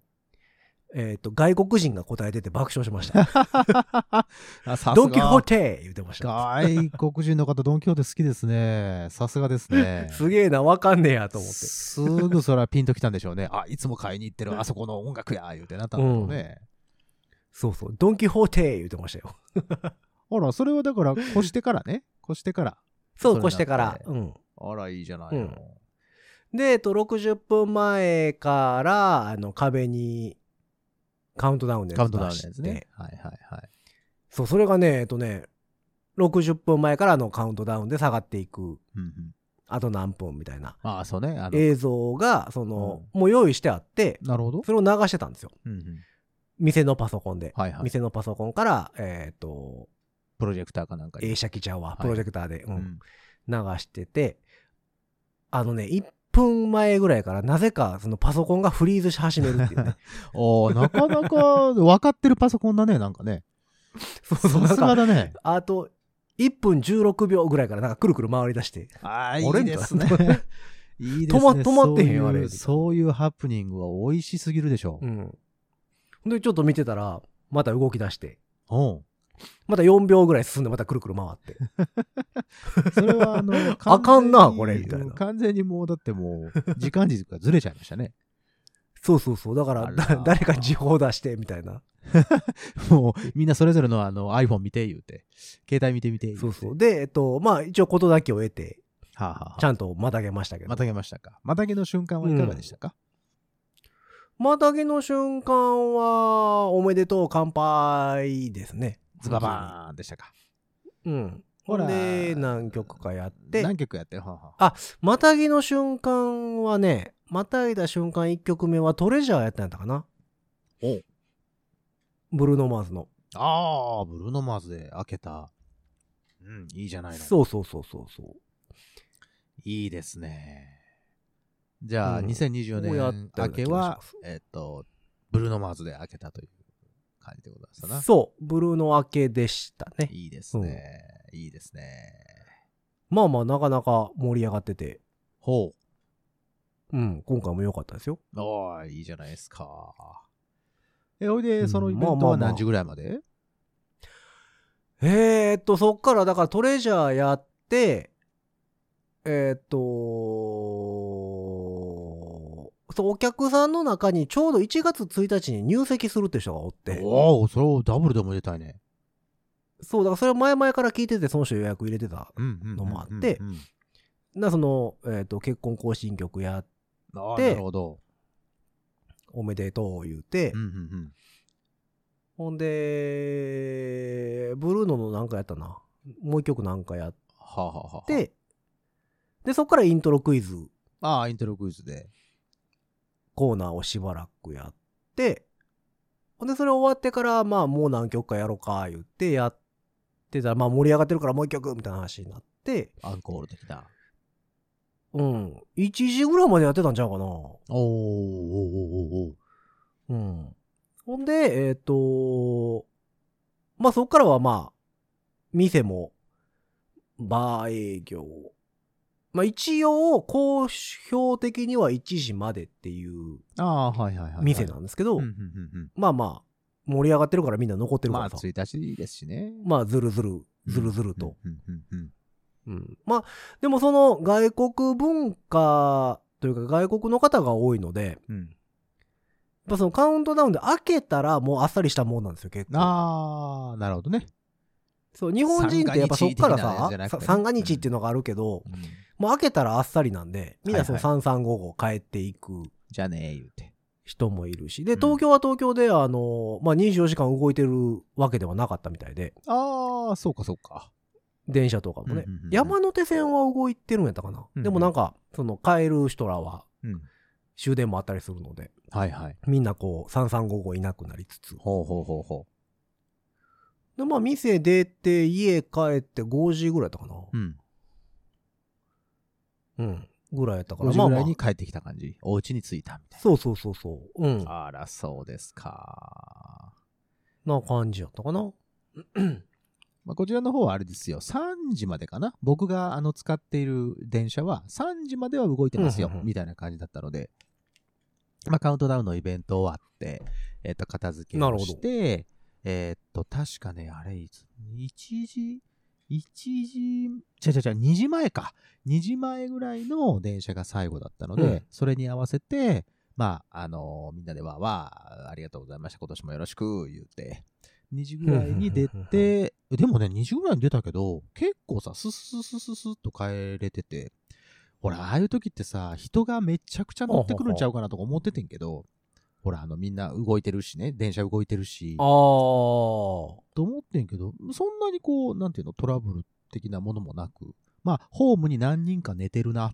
Speaker 3: う。
Speaker 2: えっ、と、外国人が答えてて爆笑しま した。
Speaker 3: あ、さすが。
Speaker 2: ドン・キホーテ言ってました。。
Speaker 3: 外国人の方、ドン・キホーテ好きですね。さすが ですね
Speaker 2: すげえな、わかんねえやと思って。
Speaker 3: すぐそれはピンときたんでしょうね。あ、いつも買いに行ってるあそこの音楽や、言うてなったんだろうね。
Speaker 2: そうそう、ドン・キホーテ言ってましたよ。
Speaker 3: あら、それはだから、越してからね。越してから。
Speaker 2: そう、
Speaker 3: それ
Speaker 2: 越してから
Speaker 3: だっ。て
Speaker 2: うん。
Speaker 3: あら、いいじゃないの。
Speaker 2: で、えっと、60分前から、あの、壁に、カウントダウンで
Speaker 3: カウントダウンのやつね。はいはいはい。
Speaker 2: そう、それがね、えっとね、60分前からのカウントダウンで下がっていく、
Speaker 3: うんうん、
Speaker 2: あと何分みたいな
Speaker 3: ああ、そうね。あの
Speaker 2: 映像が、その、もう用意してあって、
Speaker 3: なるほど。
Speaker 2: それを流してたんですよ。
Speaker 3: うんうん、
Speaker 2: 店のパソコンで。
Speaker 3: はいはい。
Speaker 2: 店のパソコンから、えっ、と、
Speaker 3: プロジェクターかなんかに。
Speaker 2: 映写機ちゃうわ、
Speaker 3: い
Speaker 2: プロジェクターで、う
Speaker 3: うんん
Speaker 2: 流してて、あのね、1分前ぐらいから、なぜか、そのパソコンがフリーズし始めるっていう ね。
Speaker 3: おーなかなか分かってるパソコンだね、なんかね。
Speaker 2: そう そう、
Speaker 3: さ
Speaker 2: な
Speaker 3: す
Speaker 2: ん
Speaker 3: が
Speaker 2: か、
Speaker 3: だね。
Speaker 2: あと、1分16秒ぐらいから、なんかくるくる回り出して、
Speaker 3: ああ、
Speaker 2: ー
Speaker 3: いいですね
Speaker 2: いいですね。
Speaker 3: いい
Speaker 2: 止ま止まってへんよあれ
Speaker 3: そういうそういうハプニングは美味しすぎるでしょ
Speaker 2: う。ん。ほんで、ちょっと見てたら、また動き出して、
Speaker 3: うん。
Speaker 2: また4秒ぐらい進んで、またくるくる回 って。
Speaker 3: それは あの、
Speaker 2: あかんな
Speaker 3: 完全に
Speaker 2: これみたいな
Speaker 3: うん完全にもう、だってもう、時間軸がずれちゃいましたね。
Speaker 2: そうそうそう。だか
Speaker 3: あ
Speaker 2: ら、
Speaker 3: ら
Speaker 2: だ誰か時報出して、みたいな。
Speaker 3: もう、みんなそれぞれのあの iPhone 見て言うて、携帯見てみて言うて。
Speaker 2: そうそう。で、えっと、まあ、一応事だけを得て、
Speaker 3: はあ、はあは
Speaker 2: ちゃんとまたげましたけ
Speaker 3: あ、
Speaker 2: ど。
Speaker 3: またげましたか。またげの瞬間はいかがでしたか、
Speaker 2: またげの瞬間は、おめでとう乾杯ですね。
Speaker 3: ズババーンでしたか。
Speaker 2: うん。
Speaker 3: ほ
Speaker 2: ほ
Speaker 3: ら
Speaker 2: ら。で、何曲かやって、
Speaker 3: 何曲やってるはあ、はあ
Speaker 2: またぎの瞬間はね、またいだ瞬間1曲目はトレジャーやったんやったかな
Speaker 3: おう
Speaker 2: ブルーノ・マーズの。
Speaker 3: ああ、ブルーノマーズで開けた。うん、いいじゃないの。
Speaker 2: そうそうそうそうそう。
Speaker 3: いいですね。じゃあ、
Speaker 2: うん
Speaker 3: 2024
Speaker 2: こうやったような
Speaker 3: 年明
Speaker 2: 気
Speaker 3: け
Speaker 2: がし
Speaker 3: は
Speaker 2: ます、
Speaker 3: えっと、ブルーノマーズで開けたという感じでございますな。
Speaker 2: そう、ブルーノ明けでしたね。
Speaker 3: いいですね。いいですね。
Speaker 2: まあまあ、なかなか盛り上がってて、
Speaker 3: ほ
Speaker 2: うん、今回も良かったですよ。
Speaker 3: う。おーいいじゃないですか。え、おいで、
Speaker 2: うん
Speaker 3: そのイベン
Speaker 2: ま
Speaker 3: ト
Speaker 2: あま
Speaker 3: は
Speaker 2: あまあ
Speaker 3: 何時ぐらいまで
Speaker 2: えー、っと、そっから、だからトレジャーやって、えー、っと、そう、お客さんの中にちょうど1月1日に入籍するって人がおって、
Speaker 3: おおそれをダブルでも出たいね。
Speaker 2: そう、だからそれは前々から聞いてて、その人予約入れてた。
Speaker 3: うんうんうんうんうん。
Speaker 2: のもあってな、その、えーっと、結婚更新曲や、
Speaker 3: ああ、
Speaker 2: で
Speaker 3: なるほど。
Speaker 2: おめでとう言うて、
Speaker 3: うんうんうん。
Speaker 2: ほんで、ブルーノのなんかやったな。もう一曲なんかやっ
Speaker 3: はあ、はあはあ、
Speaker 2: て、で、そっからイントロクイズ
Speaker 3: ああ、イントロクイズで。
Speaker 2: コーナーをしばらくやって、ほんで、それ終わってから、まあ、もう何曲かやろうか、言ってやってたら、まあ、盛り上がってるからもう一曲、みたいな話になって、
Speaker 3: アンコール的な。
Speaker 2: うん。1時ぐらいまでやってたんちゃうかな。
Speaker 3: おーおーおーおーおー
Speaker 2: うん。ほんで、えっ、と、まあ、そっからはまあ、店も、バー営業。まあ、一応、公表的には1時までっていう
Speaker 3: ああー、はいはいはいはい。
Speaker 2: 店なんですけど、
Speaker 3: うんうんうん
Speaker 2: まあまあ、盛り上がってるからみんな残って
Speaker 3: う
Speaker 2: る
Speaker 3: ん。
Speaker 2: か
Speaker 3: ま
Speaker 2: ら
Speaker 3: あ、
Speaker 2: さ。
Speaker 3: 1日ですしね。
Speaker 2: まあ、ずるずる、ずるずると。
Speaker 3: うんうんうんうん。
Speaker 2: うんまあ、でもその外国文化というか外国の方が多いので、やっ
Speaker 3: うん
Speaker 2: ぱそのカウントダウンで開けたらもうあっさりしたもんなんですよ、結構。
Speaker 3: ああ、なるほどね。
Speaker 2: そう、日本人ってやっぱそっからさ
Speaker 3: 三が日的なやつじゃな、くて
Speaker 2: さ
Speaker 3: ね
Speaker 2: 三が日っていうのがあるけど、
Speaker 3: うん
Speaker 2: もう開けたらあっさりなんで、みんなその
Speaker 3: は
Speaker 2: 3355帰っていく
Speaker 3: じゃあねえ、言うて。
Speaker 2: 人もいるし、
Speaker 3: う
Speaker 2: で、
Speaker 3: ん
Speaker 2: 東京は東京で、あの、まあ、24時間動いてるわけではなかったみたいで、
Speaker 3: ああ、そうかそうか。
Speaker 2: 電車とかもね
Speaker 3: うんうんうんう。ん
Speaker 2: 山手線は動いてるんやったかな。
Speaker 3: うん
Speaker 2: でもなんか、その帰る人らは
Speaker 3: うん。
Speaker 2: 終電もあったりするので、
Speaker 3: はいはい。
Speaker 2: みんなこう、3355いなくなりつつ。
Speaker 3: ほうほうほうほ
Speaker 2: で、まあ、店出て、家帰って5時ぐらいだったか
Speaker 3: う。うん。
Speaker 2: な。うん。ぐらいやったか
Speaker 3: 5
Speaker 2: ら、
Speaker 3: 時
Speaker 2: まあ
Speaker 3: ぐ
Speaker 2: ま
Speaker 3: らい
Speaker 2: あ。
Speaker 3: に帰ってきた感じ。お家に着いたみたい
Speaker 2: そうそうそうそう。うん。
Speaker 3: な。あら、そうですか。
Speaker 2: な感じやったかな。
Speaker 3: まあ、こちらの方はあれですよ。3時までかな。僕があの使っている電車は3時までは動いてますよ。
Speaker 2: うんうんうん
Speaker 3: みたいな感じだったので。まあ、カウントダウンのイベント終わって、えっ、と、片付け
Speaker 2: なる
Speaker 3: を
Speaker 2: ほど
Speaker 3: して、えっ、と、確かね、あれ、いつ、1時、1時、ちゃちゃちゃ、2時前か。2時前ぐらいの電車が最後だったので、
Speaker 2: うん
Speaker 3: それに合わせて、まあ、あのみんなでわーわー、ありがとうございました。今年もよろしく、言って。2時ぐらいに出て、でもね、2時ぐらいに出たけど、結構さ、スススススッと帰れてて、ほら、ああいう時ってさ、人がめちゃくちゃ乗ってくるんちゃうかなとか思っててんけど、ほら、あの、みんな動いてるしね、電車動いてるし、
Speaker 2: あー。、
Speaker 3: と思ってんけど、そんなにこう、なんていうの、トラブル的なものもなく、まあ、ホームに何人か寝てるなっ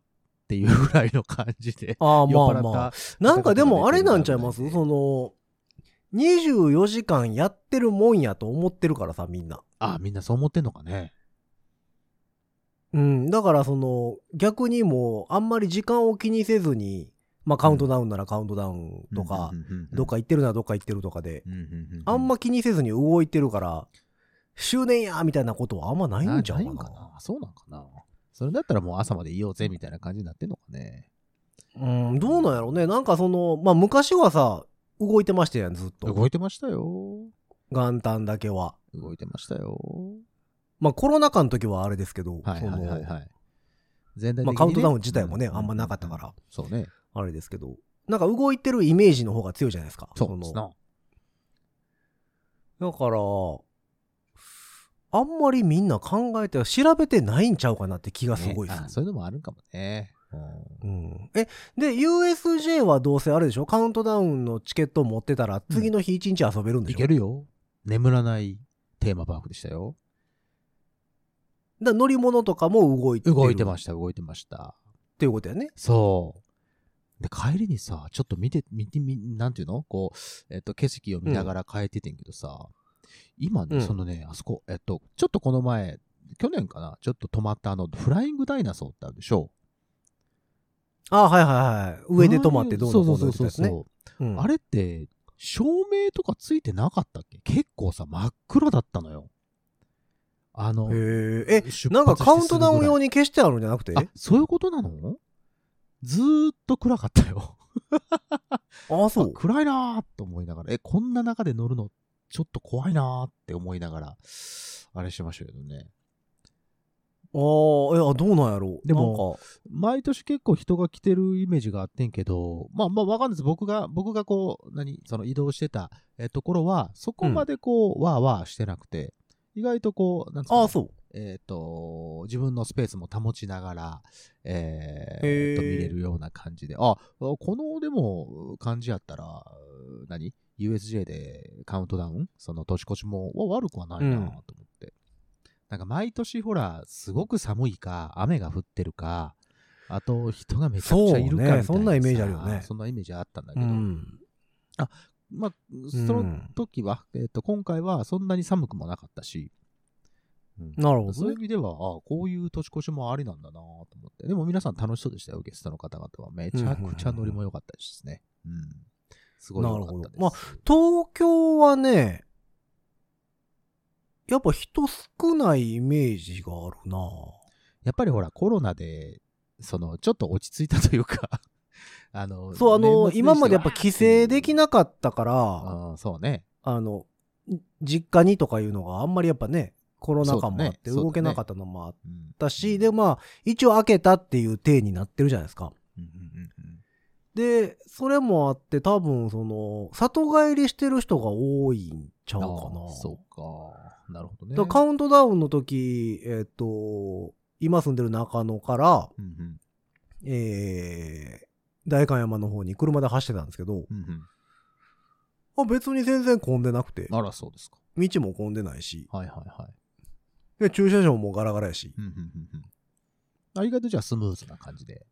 Speaker 3: ていうぐらいの感じで
Speaker 2: あー、
Speaker 3: 酔っ
Speaker 2: まあ
Speaker 3: 払った
Speaker 2: まあ。なんかでもあれなんちゃいま
Speaker 3: 方
Speaker 2: す
Speaker 3: 々
Speaker 2: その、24時間やってるもんやと思ってるからさ、みんな。
Speaker 3: ああ、みんなそう思ってんのかね。
Speaker 2: うん。だからその、逆にもう、あんまり時間を気にせずに、まあカウントダウンならカウントダウンとか、
Speaker 3: うんうんうんうん、
Speaker 2: どっか行ってるならどっか行ってるとかで、
Speaker 3: うんうんうんうん、
Speaker 2: あんま気にせずに動いてるから、終電やみたいなことはあんまないんじゃう
Speaker 3: ない
Speaker 2: か
Speaker 3: ん
Speaker 2: な
Speaker 3: か。なそうなんかなそれだったらもう朝までいようぜみたいな感じになってんのかね
Speaker 2: うん、どうなんやろうね。なんかその、まあ昔はさ、動いてましたやん、ずっと。
Speaker 3: 動いてましたよ
Speaker 2: 元旦だけは。
Speaker 3: 動いてましたよ
Speaker 2: まあコロナ禍の時はあれですけど、
Speaker 3: はいはいはい
Speaker 2: その
Speaker 3: はい全体的にね
Speaker 2: まあカウントダウン自体もね
Speaker 3: う
Speaker 2: あんまなかったから
Speaker 3: そうね
Speaker 2: あれですけど、なんか動いてるイメージの方が強いじゃないですか。
Speaker 3: そうです
Speaker 2: の
Speaker 3: な
Speaker 2: だから、あんまりみんな考えて、調べてないんちゃうかなって気がすごい
Speaker 3: ね
Speaker 2: する
Speaker 3: あそういうのもあるかもねう
Speaker 2: う
Speaker 3: ん
Speaker 2: ん、え、で、USJ はどうせあれでしょカウントダウンのチケット持ってたら、次の日一日遊べるんで
Speaker 3: い
Speaker 2: しょ、
Speaker 3: けるよ眠らないテーマパークでしたよ
Speaker 2: だから乗り物とかも動いてる
Speaker 3: 動いてま
Speaker 2: し
Speaker 3: した動いてまし
Speaker 2: っ
Speaker 3: た
Speaker 2: ていうことやね。
Speaker 3: そう。で、帰りにさ、ちょっと見て、見て、みなんていうのこう、えっと、景色を見ながら帰っててんけどさ、今ね、
Speaker 2: うん
Speaker 3: そのね、あそこ、えっと、ちょっとこの前、去年かな、ちょっと泊まったあの、フライングダイナソーってあるでしょ
Speaker 2: あはいはいはい。上で止まってどうのこうの言っ
Speaker 3: そう
Speaker 2: てた
Speaker 3: そう
Speaker 2: やつ
Speaker 3: そう
Speaker 2: ね。
Speaker 3: そう。
Speaker 2: うん
Speaker 3: あれって、照明とかついてなかったっけ結構さ、真っ暗だったのよ。あの、
Speaker 2: へえ。え、
Speaker 3: 出発してすぐぐら
Speaker 2: ないんかカウントダウン用に消してあるんじゃなくて
Speaker 3: あ、そういうことなのずーっと暗かったよ。
Speaker 2: ああ、そう。
Speaker 3: 暗いなーと思いながら、え、こんな中で乗るの、ちょっと怖いなーって思いながら、あれしてましたけどね。
Speaker 2: ああ、え、あどうなんやろう。
Speaker 3: で
Speaker 2: なんか
Speaker 3: も毎年結構人が来てるイメージがあってんけど、まあまあわかんないです。僕が、僕がこう、何、その移動してたえところは、そこまでこう、わーわーしてなくて、意外とこう、なんつう
Speaker 2: あ
Speaker 3: の
Speaker 2: あ、そう。
Speaker 3: えっ、と、自分のスペースも保ちながら、えー
Speaker 2: へー
Speaker 3: えーと、見れるような感じで、あ、この、でも、感じやったら、何 ?USJ でカウントダウンその年越しもわ悪くはないな
Speaker 2: う
Speaker 3: と
Speaker 2: ん
Speaker 3: 思って。なんか毎年ほら、すごく寒いか、雨が降ってるか、あと人がめちゃくちゃいるかみたい
Speaker 2: そうねそ
Speaker 3: なさ
Speaker 2: んなイメージあるよね
Speaker 3: そんなイメージあったんだけ
Speaker 2: う
Speaker 3: ど、
Speaker 2: ん。
Speaker 3: まあ、その時は、えっと、今回はそんなに寒くもなかったし、うん
Speaker 2: なるほ
Speaker 3: そう
Speaker 2: ど
Speaker 3: いう意
Speaker 2: ね。
Speaker 3: 味では、あこういう年越しもありなんだなと思って。でも皆さん楽しそうでしたよ、ゲストの方々は。めちゃくちゃノリも良かったですね。うん。すごい良かったです。
Speaker 2: なるほどまあ東京はね、やっぱ人少ないイメージがあるな
Speaker 3: やっぱりほら、コロナで、その、ちょっと落ち着いたというか、 あの、
Speaker 2: そう、あの、
Speaker 3: 年末年始
Speaker 2: 今までやっぱ帰省できなかったか
Speaker 3: は
Speaker 2: ら、
Speaker 3: うん、そうね。
Speaker 2: あの、実家にとかいうのがあんまりやっぱね、コロナ禍もあって
Speaker 3: そうだねそうだね
Speaker 2: 動けなかったのもあっ
Speaker 3: うん
Speaker 2: たし、で、まあ、一応開けたっていう体になってるじゃないですか。
Speaker 3: うんうんうんうん
Speaker 2: で、それもあって多分その、里帰りしてる人が多いんちゃうかな。
Speaker 3: あそうか。なるほどね。
Speaker 2: だからカウントダウンの時、えっ、と、今住んでる中野から、
Speaker 3: うんうん
Speaker 2: えー、大観山の方に車で走ってたんですけど、
Speaker 3: うんうん
Speaker 2: あ別に全然混んでなくて、
Speaker 3: あら、そうですか。
Speaker 2: 道も混んでないし、
Speaker 3: はいはいはい。
Speaker 2: で駐車場もガラガラやし、
Speaker 3: うんうんうんうんあ意外とじゃあスムーズな感じで。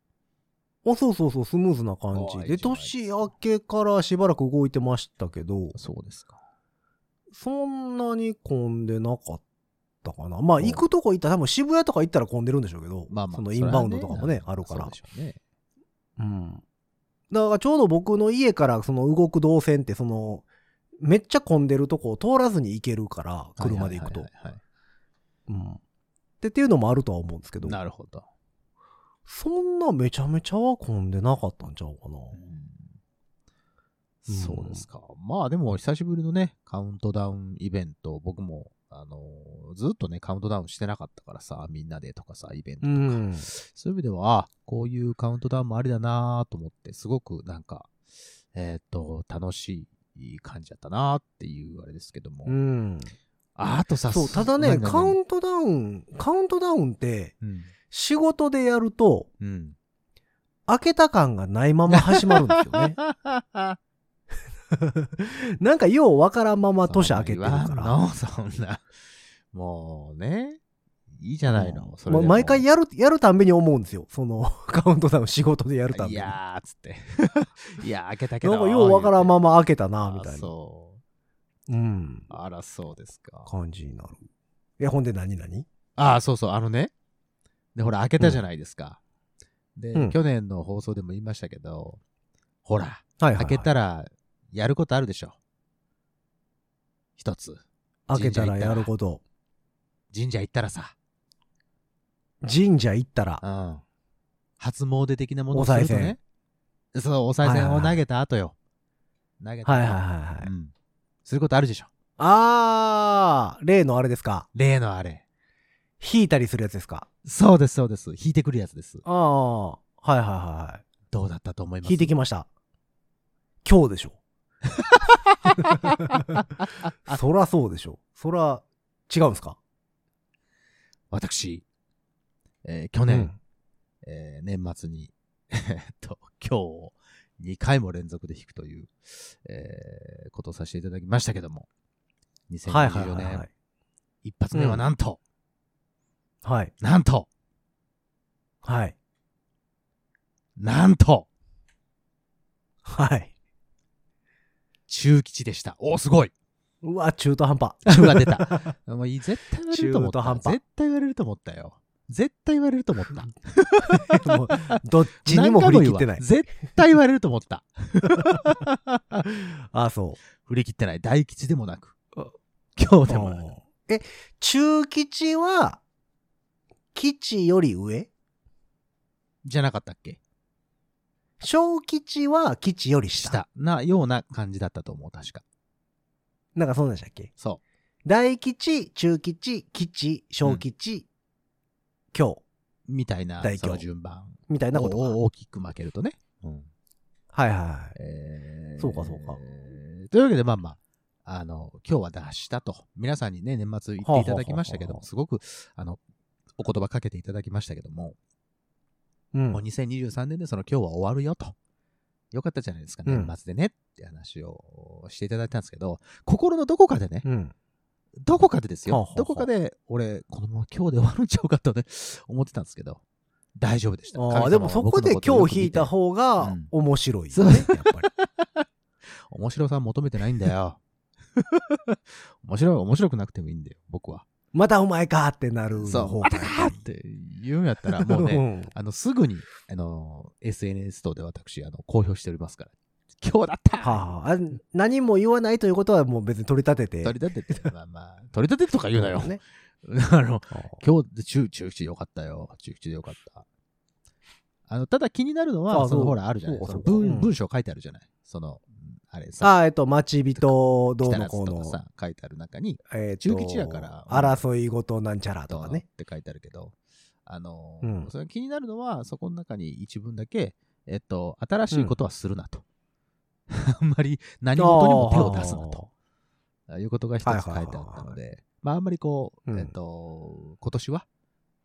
Speaker 2: あそうそうそう、スムーズな感じ
Speaker 3: あい
Speaker 2: で、
Speaker 3: いじゃない
Speaker 2: 年明けからしばらく動いてましたけど、
Speaker 3: そうですか。
Speaker 2: そんなに混んでなかったかな。まあ、
Speaker 3: うん
Speaker 2: 行くとこ行ったら、多分渋谷とか行ったら混んでるんでしょうけど、
Speaker 3: まあまあ、
Speaker 2: その
Speaker 3: れ
Speaker 2: イ
Speaker 3: は
Speaker 2: ンバウンドとかもね、
Speaker 3: なん
Speaker 2: あるから
Speaker 3: そうで。しょうね。
Speaker 2: うん。だからちょうど僕の家からその動く動線ってその、めっちゃ混んでるとこを通らずに行けるから、車で行くと
Speaker 3: はい。はいはいはい
Speaker 2: うん。ってっていうのもあるとは思うんですけど、
Speaker 3: なるほど。
Speaker 2: そんなめちゃめちゃは混んでなかったんちゃうかな。うん
Speaker 3: そうですか。まあでも、久しぶりのね、カウントダウンイベント、僕も、あのーずっとね、カウントダウンしてなかったからさ、みんなでとかさ、イベントと
Speaker 2: う
Speaker 3: か。
Speaker 2: ん。
Speaker 3: そういう意味では、あこういうカウントダウンもありだなと思って、すごくなんか、えーっと、楽しい感じだったなっていうあれですけども。
Speaker 2: うん。
Speaker 3: ああとさ、
Speaker 2: そう、
Speaker 3: す
Speaker 2: ただね、
Speaker 3: 何々
Speaker 2: カウントダウン、カウントダウンって、
Speaker 3: うん。
Speaker 2: 仕事でやると、
Speaker 3: うん。。
Speaker 2: 開けた感がないまま始まるんですよねなんかようわからんまま年明けてるか
Speaker 3: そんな
Speaker 2: ら
Speaker 3: 言。わんのそんな。もうね、いいじゃないの。それ
Speaker 2: ま
Speaker 3: でも
Speaker 2: 毎回やる、やるたんびに思うんですよ。その、 カウントダウン仕事でやるたん
Speaker 3: い
Speaker 2: びに。なんか
Speaker 3: やーっつって。 いやー、開けたけど。
Speaker 2: ようわからんま
Speaker 3: ま
Speaker 2: ま開けたな、みたいな。
Speaker 3: そう。
Speaker 2: うん。
Speaker 3: あら、そうですか。
Speaker 2: 感じになる。いや、ほんで何何
Speaker 3: ああ、そうそう、あのね。で、ほら、開けたじゃないですか。で、
Speaker 2: うん
Speaker 3: 去年の放送でも言いましたけど、ほら、
Speaker 2: はいはい、はい。
Speaker 3: 開けたら、やることあるでしょ。一つ。
Speaker 2: 開けたらやること。
Speaker 3: 神社行ったらさ、
Speaker 2: 神社行ったら
Speaker 3: う。ん。初詣的なものを
Speaker 2: お
Speaker 3: す
Speaker 2: 賽
Speaker 3: る
Speaker 2: 銭
Speaker 3: とね。そう、お賽銭を投げた後よ。投げた
Speaker 2: はい
Speaker 3: 後。
Speaker 2: はいはいはい。
Speaker 3: うん。することあるでしょ。
Speaker 2: あー、例のあれですか。
Speaker 3: 例のあれ。
Speaker 2: 引いたりするやつですか。
Speaker 3: そうです、そうです。引いてくるやつです。
Speaker 2: あー、はいはいは
Speaker 3: どうだったと思い
Speaker 2: い。
Speaker 3: ます
Speaker 2: 引いてきました。今日で しょ。そらそうでしょ。そら、違うんですか
Speaker 3: 私、えー去
Speaker 2: うん
Speaker 3: 年、えー年末に、 えーっと、今日を2回も連続で弾くという、えーことをさせていただきましたけども、
Speaker 2: はいはい
Speaker 3: 2024
Speaker 2: はいは
Speaker 3: 年
Speaker 2: い、。
Speaker 3: 一発目はなんと、
Speaker 2: はい。
Speaker 3: なんと、
Speaker 2: はい。
Speaker 3: なんと、
Speaker 2: はい。
Speaker 3: 中吉でした。おーすごいう
Speaker 2: わ、中途半 端。
Speaker 3: 中が出た。もういい絶対言われると思
Speaker 2: 中
Speaker 3: っ
Speaker 2: 途半
Speaker 3: た。
Speaker 2: 端
Speaker 3: 絶対言われると思ったよ。絶対言われると思った。
Speaker 2: もうどっちにも振り切ってない
Speaker 3: 何回も言うわ。絶対言われると 思った。
Speaker 2: あ、そ
Speaker 3: 振り切ってない。大吉でもなく。今
Speaker 2: う。
Speaker 3: 日でもなく。
Speaker 2: え、中吉は、吉より上
Speaker 3: じゃなかったっけ
Speaker 2: 小吉は吉より下。
Speaker 3: したなような感じだったと思う、確か。
Speaker 2: なんかそうなんでしたっけ
Speaker 3: そ
Speaker 2: 大吉、中吉、吉、小吉、今日、
Speaker 3: う。みたいな
Speaker 2: 大、凶
Speaker 3: その順番。
Speaker 2: みたいなことか
Speaker 3: を大きく負けるとね。うん。
Speaker 2: はいはいはい。
Speaker 3: えー
Speaker 2: そうかそうか。
Speaker 3: というわけで、まあまあ。あの、今日は出したと。皆さんにね、年末言っていただきましたけど
Speaker 2: はあはあはあは
Speaker 3: も、
Speaker 2: あ
Speaker 3: すごく、あの、お言葉かけていただきましたけども、
Speaker 2: うん
Speaker 3: もう。2023年でその今日は終わるよと。よかったじゃないですか、
Speaker 2: う
Speaker 3: 年
Speaker 2: ん
Speaker 3: 末でねって話をしていただいたんですけど、心のどこかでね、
Speaker 2: うん。
Speaker 3: どこかでです
Speaker 2: はあは
Speaker 3: よ
Speaker 2: あは。あ
Speaker 3: どこかで、俺、このまま今日で終わるんちゃうかとね、思ってたんですけど、大丈夫でした。神様
Speaker 2: ああ、
Speaker 3: は
Speaker 2: でもそこで今
Speaker 3: 僕のとをよく見て
Speaker 2: 日引いた方が
Speaker 3: うん
Speaker 2: 面白い
Speaker 3: そ
Speaker 2: よ
Speaker 3: う
Speaker 2: ね、やっぱり。
Speaker 3: 面白さ求めてないんだよ。 面白い、面白くなくてもいいんだよ、僕は。
Speaker 2: またお前かってなる
Speaker 3: そう、
Speaker 2: 方が
Speaker 3: またかーって言うん やったら、もうね、
Speaker 2: ん
Speaker 3: あの、すぐに、あの、SNS 等で私、あの、公表しておりますから。今日だった
Speaker 2: はあ、あ何も言わないということはもう別に取り立てて。
Speaker 3: 取り立てて、まあまあ、取り立ててとか言うなよ。
Speaker 2: ね
Speaker 3: あの、今日、中、中吉でよかったよ。中吉でよかった。あの、ただ気になるの
Speaker 2: あ
Speaker 3: は、
Speaker 2: あ
Speaker 3: その
Speaker 2: そう
Speaker 3: ほら、あるじゃない
Speaker 2: そうか
Speaker 3: その
Speaker 2: そうかう
Speaker 3: 文
Speaker 2: ん
Speaker 3: 文章書いてあるじゃないその、うんあれさ、
Speaker 2: ああ、えっと、町人どうのこう
Speaker 3: と
Speaker 2: の
Speaker 3: か、さ、書いてある中に、
Speaker 2: えっと、
Speaker 3: 中吉やから
Speaker 2: 争い事なんちゃらと
Speaker 3: どう
Speaker 2: か
Speaker 3: のっ
Speaker 2: ね。
Speaker 3: て書いてあるけど、あの、
Speaker 2: うん
Speaker 3: それ気になるのは、そこの中に一文だけ、えっと、新しいことはするなと。 あんまり何事にも手を出すなと。あいうことが一つ書いてあったので、まああんまりこう、
Speaker 2: うん
Speaker 3: えっと、今年は、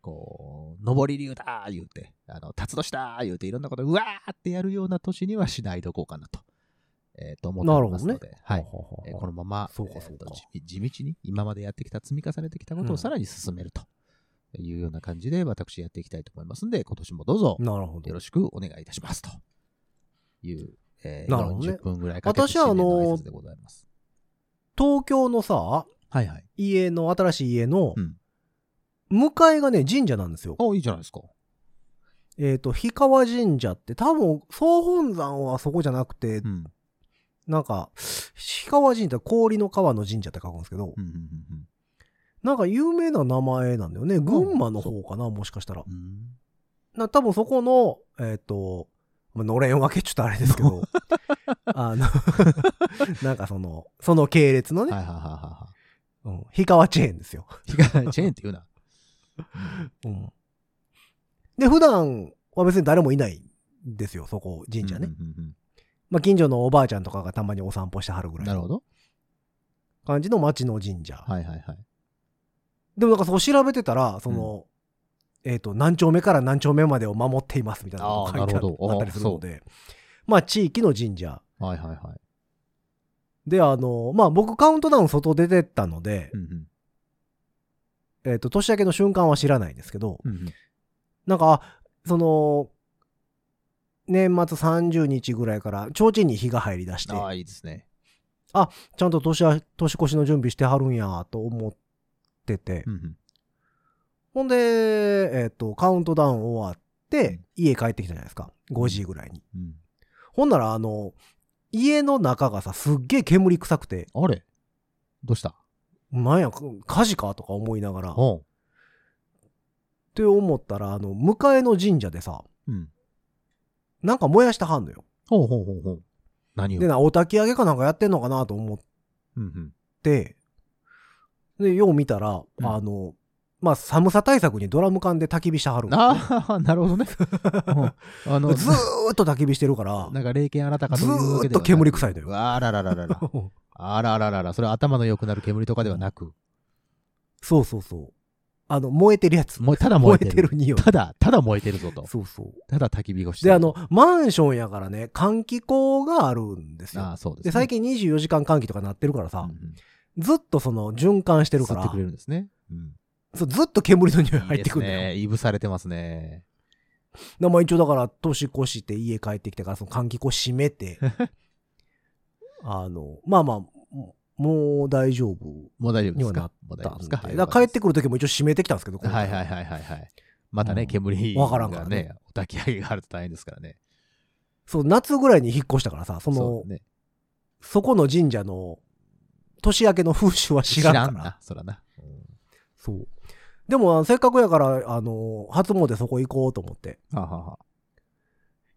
Speaker 3: こう、上り流だー言うて、あの、辰年だー言うて、いろんなこと、うわーってやるような年にはしないとこうかなと、えっと、思っておりますので、
Speaker 2: あー。
Speaker 3: はい。えーこのまま、
Speaker 2: そうかそうか
Speaker 3: えーと地地道に今までやってきた、積み重ねてきたこと
Speaker 2: う
Speaker 3: を
Speaker 2: ん
Speaker 3: さらに進めるというような感じで、私やっていきたいと思いますんで、今年もどうぞ、
Speaker 2: なるほ
Speaker 3: よ
Speaker 2: ど
Speaker 3: ろ。しくお願いいたしますという、えー、
Speaker 2: なるほどね
Speaker 3: 40分ぐらいかけて
Speaker 2: 私はあの
Speaker 3: 新年挨拶でございます。
Speaker 2: 東京のさ、
Speaker 3: はいはい。
Speaker 2: 家の、新しい家の
Speaker 3: うん、
Speaker 2: 向かいがね、神社なんですよ。
Speaker 3: あ、いいじゃないですか。
Speaker 2: えっと、氷川神社って多分、総本山はそこじゃなくて
Speaker 3: う、ん。
Speaker 2: なんか、氷川神社、氷の川の神社って書くんですけど
Speaker 3: う、んうん
Speaker 2: なんか有名な名前なんだよね。群馬の方かな、もしかしたら
Speaker 3: うんう。ん。
Speaker 2: な多分そこの、えっ、と、まあのれん分けちょっとあれですけ ど、あの、 なんかその、その系列の
Speaker 3: うん
Speaker 2: ね、
Speaker 3: はいはいはいは
Speaker 2: うん、氷川チェーンですよ。
Speaker 3: いは い。チェーンって言うな。
Speaker 2: うん、で、普段は別に誰もいないんですよ、そこ、神社ね。
Speaker 3: うんうんうん
Speaker 2: まあ、近所のおばあちゃんとかがたまにお散歩してはるぐ
Speaker 3: う
Speaker 2: ら
Speaker 3: ん
Speaker 2: い
Speaker 3: なる
Speaker 2: の
Speaker 3: ほど。
Speaker 2: 感じの町の神社。
Speaker 3: はいはいはい。
Speaker 2: でもなんかそう調べてたら、その、えっ、と、何丁目から何丁目までを守っていますみたいなことが書いてあ
Speaker 3: あーなるほど
Speaker 2: あったりするので、まあ、地域の神社
Speaker 3: はいはいはい。
Speaker 2: で、あの、まあ、僕カウントダウン外出てったので
Speaker 3: う、ん
Speaker 2: えっ、と、年明けの瞬間は知らないですけど、
Speaker 3: うんうん
Speaker 2: なんか、あその、年末30日ぐらいから、提灯に火が入り出して、
Speaker 3: ああ、いいですね。
Speaker 2: ちゃんと年は年越しの準備してはるんや、と思ってて、
Speaker 3: うんうん
Speaker 2: ほんで、えっ、と、カウントダウン終わって、家帰ってきたじゃないですか。5時ぐらいに。
Speaker 3: うん
Speaker 2: ほんなら、あの、家の中がさ、すっげえ煙臭くて、
Speaker 3: あれどうした
Speaker 2: なんや、火事かとか思いながら、っ
Speaker 3: おう
Speaker 2: て思ったら、あの、迎えの神社でさ、
Speaker 3: うん。
Speaker 2: なんか燃やしてはんのよ。
Speaker 3: ほうほうほうほう。何を
Speaker 2: で、な、お焚き上げかなんかやってんのかなと思っ
Speaker 3: うんうん。
Speaker 2: て、で、よう見たら、
Speaker 3: うん
Speaker 2: あの、まあ、寒さ対策にドラム缶で焚き火してはる。
Speaker 3: ああ、 なるほど ね。うんあの、
Speaker 2: ずーっと焚き火してるから、
Speaker 3: なんか霊験新たかというわけ
Speaker 2: ず
Speaker 3: で
Speaker 2: ーっ
Speaker 3: はなく
Speaker 2: と煙臭いのよ
Speaker 3: うわあららららら。あらららら。それは頭の良くなる煙とかではなく、
Speaker 2: そうそうそう。あの、燃えてるやつ。
Speaker 3: もうただ
Speaker 2: 燃
Speaker 3: 燃
Speaker 2: え
Speaker 3: え
Speaker 2: て
Speaker 3: て
Speaker 2: る
Speaker 3: る。
Speaker 2: 匂い。
Speaker 3: ただ、ただ燃えてるぞと。
Speaker 2: そうそう。
Speaker 3: ただ焚き火越し
Speaker 2: で、あの、、マンションやからね、換気口があるんですよ。
Speaker 3: ああ、そうですね。
Speaker 2: で、最
Speaker 3: 近
Speaker 2: 近24時間換気とかなってるからさ、
Speaker 3: っ
Speaker 2: ずっとその循環してるから
Speaker 3: 吸ってくれるんですね。うん。
Speaker 2: そうずっと煙の匂い入ってくるん
Speaker 3: いい
Speaker 2: だ
Speaker 3: です
Speaker 2: よ。
Speaker 3: ね。いぶされてますね。
Speaker 2: でまあ一応だから、年越して家帰ってきてから、その換気口閉め て、あの、まあまあ、もうもう大丈夫
Speaker 3: もう大丈夫です
Speaker 2: にはな
Speaker 3: かもう大丈
Speaker 2: だ
Speaker 3: 夫
Speaker 2: ん
Speaker 3: で
Speaker 2: ですす
Speaker 3: か
Speaker 2: か。
Speaker 3: はい
Speaker 2: だから帰ってくる時も一応閉めてきたんですけど、今
Speaker 3: は
Speaker 2: 回
Speaker 3: いはいはいはいはい。またね、
Speaker 2: うん
Speaker 3: 煙
Speaker 2: わからんからね
Speaker 3: ね。お焚き上げがあると大変ですからね。
Speaker 2: そう、夏ぐらいに引っ越したからさ、その
Speaker 3: そう、ね。
Speaker 2: そこの神社の年明けの風習は知らんから。
Speaker 3: な、そらな。
Speaker 2: そう。でも、あのせっかくやから、あの、初詣そこ行こうと思って。
Speaker 3: はあは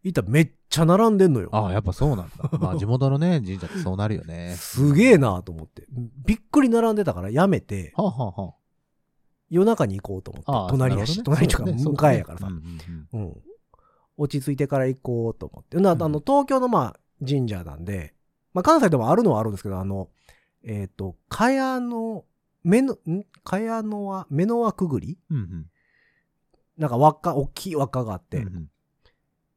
Speaker 2: 行ったらめっちゃ並んでんのよ。
Speaker 3: あはあ、あやっぱそうなん だ。まあ地元のね、神社ってそうなるよね。
Speaker 2: すげえなと思って。びっくり並んでたからやめて、
Speaker 3: はあはあは
Speaker 2: 夜中に行こうと思
Speaker 3: ああ
Speaker 2: っ
Speaker 3: あ。
Speaker 2: て。隣やし、隣とか向かいやからさ。
Speaker 3: うんうんうん
Speaker 2: うん。落ち着いてから行こうと思って。な、あ
Speaker 3: うん
Speaker 2: の、東京のまあ、神社なんで、まあ、関西でもあるのはあるんですけど、あの、えっ、と、かやの、目の、んかやのは、目の輪くぐり
Speaker 3: うんうん
Speaker 2: なんか輪っか、大きい輪っかがあって、
Speaker 3: うんうん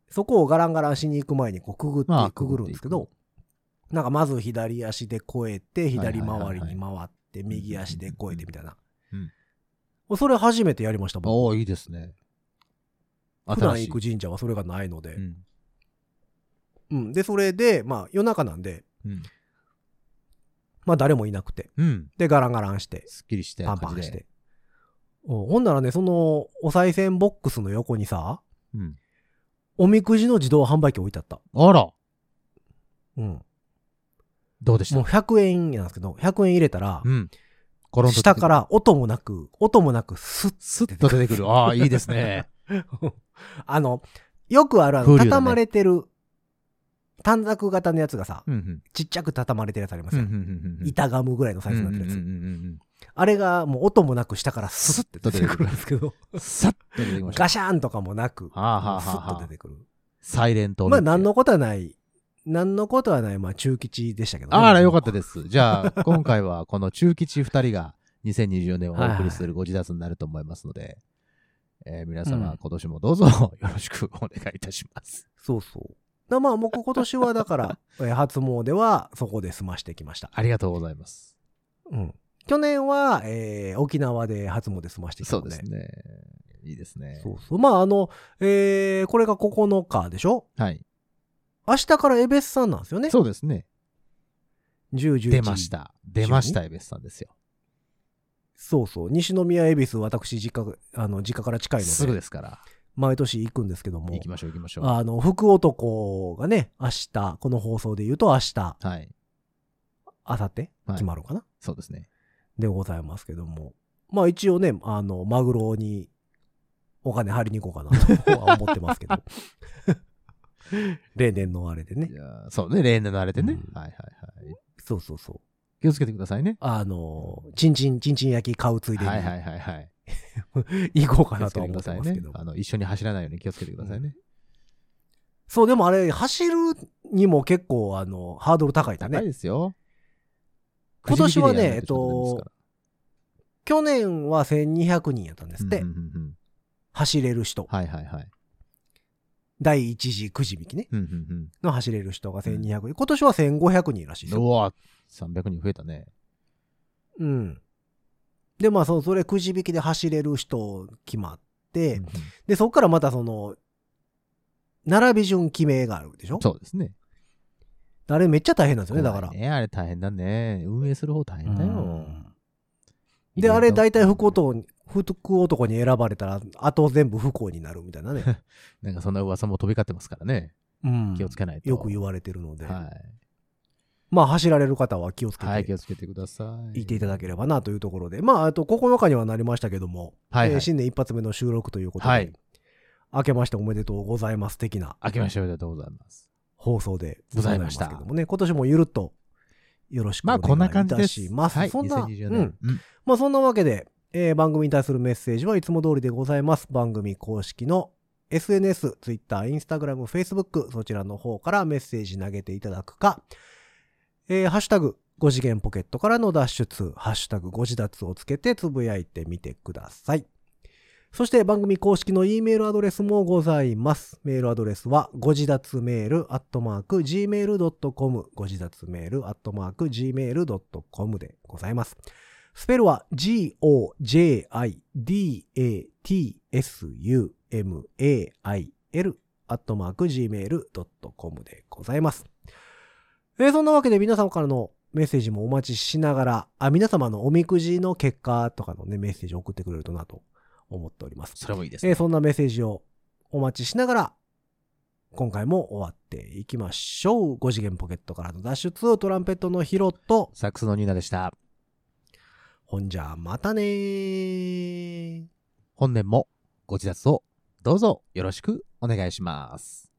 Speaker 2: そこをガランガランしに行く前にこうくぐって
Speaker 3: まあ
Speaker 2: くぐるんですけど、なんかまず左足で越えて、左回りに回って、右足で越えてみたいな
Speaker 3: うん。
Speaker 2: それ初めてやりました、僕。
Speaker 3: おーいいですね。
Speaker 2: 普段
Speaker 3: 新しい
Speaker 2: 行く神社はそれがないので
Speaker 3: う。ん
Speaker 2: うん。で、それで、まあ夜中なんで、
Speaker 3: うん。
Speaker 2: まあ誰もいなくて。
Speaker 3: うん。
Speaker 2: で、ガランガランして、
Speaker 3: すっきりして、
Speaker 2: パンパンし。て。おほんならね、その、お賽銭ボックスの横にさ、
Speaker 3: うん。
Speaker 2: おみくじの自動販売機置いてあった。
Speaker 3: あら、
Speaker 2: うん。
Speaker 3: どうでし
Speaker 2: もう
Speaker 3: た
Speaker 2: 100円なんですけど、100円入れたら
Speaker 3: う、ん。コロンと出てくる
Speaker 2: 下か。ら音もなく、音もなく、スッ
Speaker 3: スッと出てくる。ああ、いいですね。
Speaker 2: あの、よくあるあの、
Speaker 3: 風流だね
Speaker 2: 畳まれてる、短冊型のやつがさ、
Speaker 3: うんうん。
Speaker 2: ちっちゃく畳まれてるやつあります
Speaker 3: うんう
Speaker 2: よ。
Speaker 3: んうんうん。
Speaker 2: 板ガムぐらいのサイズになってるや
Speaker 3: うん
Speaker 2: つ。
Speaker 3: うんうん
Speaker 2: あれがもう音もなく下からスッて出てくるんですけ ど、
Speaker 3: うん。さっと出てきました。
Speaker 2: ガシャーンとかもなく、ス
Speaker 3: はあはあはあ
Speaker 2: ッと
Speaker 3: は
Speaker 2: 出
Speaker 3: あ
Speaker 2: てくる。
Speaker 3: サイレント
Speaker 2: まあ、なんのことはない、なんのことはない、まあ、中吉でしたけど、
Speaker 3: あら、よかった
Speaker 2: で
Speaker 3: です。じゃ あ、今回はこの中吉二人が2024年をお送りするご自立になると思いますので、えー皆
Speaker 2: う
Speaker 3: 様、
Speaker 2: ん
Speaker 3: 今年もどうぞ よろしくお願いいたします。
Speaker 2: す。そうそう。だまあ、僕 今年はだから、えー初詣はそこで済ましてきました。
Speaker 3: ありがとうございます。
Speaker 2: うん。去年は、えー沖縄で初詣済ましてきた
Speaker 3: そう
Speaker 2: の
Speaker 3: で
Speaker 2: で。
Speaker 3: すね。いいですね。
Speaker 2: そうそう。まあ、あの、えー、これが9日でしょ
Speaker 3: はい。
Speaker 2: 明日からエベスさんなんですよね。
Speaker 3: そうですね。
Speaker 2: 10、11
Speaker 3: 出まし。た。出ました、エベスさんですよ。
Speaker 2: そうそう。西宮恵比寿、私、実家、あの、実家から近いので、
Speaker 3: すぐですから。
Speaker 2: 毎年行くんですけども
Speaker 3: 行き、ましょう、行きましょう。
Speaker 2: あの、福男がね、明日、この放送で言うと明日、
Speaker 3: はい。
Speaker 2: 明後日
Speaker 3: はい
Speaker 2: 決まるかな、
Speaker 3: そうですね。
Speaker 2: でございますけども。まあ、一応ね、あの、マグロに、お金張りに行こうかな とは思ってますけど。 例年のあれでね
Speaker 3: い。やーそうね、例年のあれでね。
Speaker 2: うん
Speaker 3: はいはいはい。
Speaker 2: そうそうそう。
Speaker 3: 気をつけてくださいね。
Speaker 2: あの、ちんちん、ちんちん焼き買うついでに、
Speaker 3: はいはいはいはい。
Speaker 2: 行こう
Speaker 3: 気
Speaker 2: か
Speaker 3: を
Speaker 2: な
Speaker 3: つ
Speaker 2: と
Speaker 3: け
Speaker 2: は
Speaker 3: てく
Speaker 2: 思っ
Speaker 3: だ
Speaker 2: て
Speaker 3: さい
Speaker 2: ますけ
Speaker 3: ね
Speaker 2: ど。。
Speaker 3: あの、一緒に走らないように気をつけてくださいね。
Speaker 2: そう、でもあれ、走るにも結構、あの、ハードル高いんだ
Speaker 3: 高い
Speaker 2: ね。
Speaker 3: ですよ。
Speaker 2: 今年はね
Speaker 3: くじ引きでやらないちょっ
Speaker 2: 去年は1200人やったんで
Speaker 3: と
Speaker 2: すっ
Speaker 3: ダメ
Speaker 2: て、
Speaker 3: ですからうんうんうんうん
Speaker 2: 走れる人。
Speaker 3: はいはいはい。
Speaker 2: 第1次くじ引きね、
Speaker 3: うんうん
Speaker 2: の走れる人が1200人。今年は1500人らしいです
Speaker 3: うん。
Speaker 2: よ。
Speaker 3: うわ、300人増えたね。
Speaker 2: うん。で、まあ、そう、それくじ引きで走れる人決まって、
Speaker 3: うんうん
Speaker 2: で、そこからまたその、並び順決めがあるでしょ
Speaker 3: そうですね。
Speaker 2: あれめっちゃ大変なんですよね、だから
Speaker 3: 怖い。ね、あれ大変だね。運営する方大変だよ。
Speaker 2: うんで、あれ大体不幸と、不幸男に選ばれたら、あと全部不幸になるみたいなね。
Speaker 3: なんかそんな噂も飛び交ってますからね。
Speaker 2: うん
Speaker 3: 気をつけないと。
Speaker 2: よく言われてるので、
Speaker 3: は
Speaker 2: まあ走られる方は気をつけ
Speaker 3: い。はい、気
Speaker 2: て
Speaker 3: をつけてください。
Speaker 2: いていただければなというところで、まあ、あと9日にはなりましたけども、
Speaker 3: はい、
Speaker 2: えー
Speaker 3: はい。
Speaker 2: 新年一発目の収録ということで、
Speaker 3: はい
Speaker 2: 明けましておめでとうございます的な
Speaker 3: 明けましておめでとうございます。
Speaker 2: 放送で
Speaker 3: ございました
Speaker 2: けどもね、今年もゆるっとよろしくお
Speaker 3: ま
Speaker 2: 願い
Speaker 3: あ
Speaker 2: い
Speaker 3: こんな感
Speaker 2: た
Speaker 3: じで
Speaker 2: し
Speaker 3: す。
Speaker 2: ます。
Speaker 3: はい、
Speaker 2: そんな、
Speaker 3: 2020
Speaker 2: うん
Speaker 3: 年。うん
Speaker 2: まあそんなわけで、えー番組に対するメッセージはいつも通りでございます。番組公式の SNS、Twitter、Instagram、Facebook、そちらの方からメッセージ投げていただくか、えーハッシュタグ、5次元ポケットからの脱出、ハッシュタグ5次脱をつけてつぶやいてみてください。そして番組公式の E メールアドレスもございます。メールアドレスは、ご自立メールアットマーク gmail.com、ご自立メールアットマーク gmail.com でございます。スペルは g-o-j-i-d-a-t-s-u-m-a-i-l アットマーク gmail.com でございます。えーそんなわけで皆様からのメッセージもお待ちしながら、あ、皆様のおみくじの結果とかのね、メッセージを送ってくれるとなと思っております。
Speaker 3: それもいいです
Speaker 2: えー
Speaker 3: ね。
Speaker 2: そんなメッセージをお待ちしながら、今回も終わっていきましょう。5次元ポケットからの脱出、トランペットのヒロと、
Speaker 3: サックスのニーナでした。
Speaker 2: ほんじゃ、またねー。
Speaker 3: 本年もご自殺をどうぞよろしくお願いします。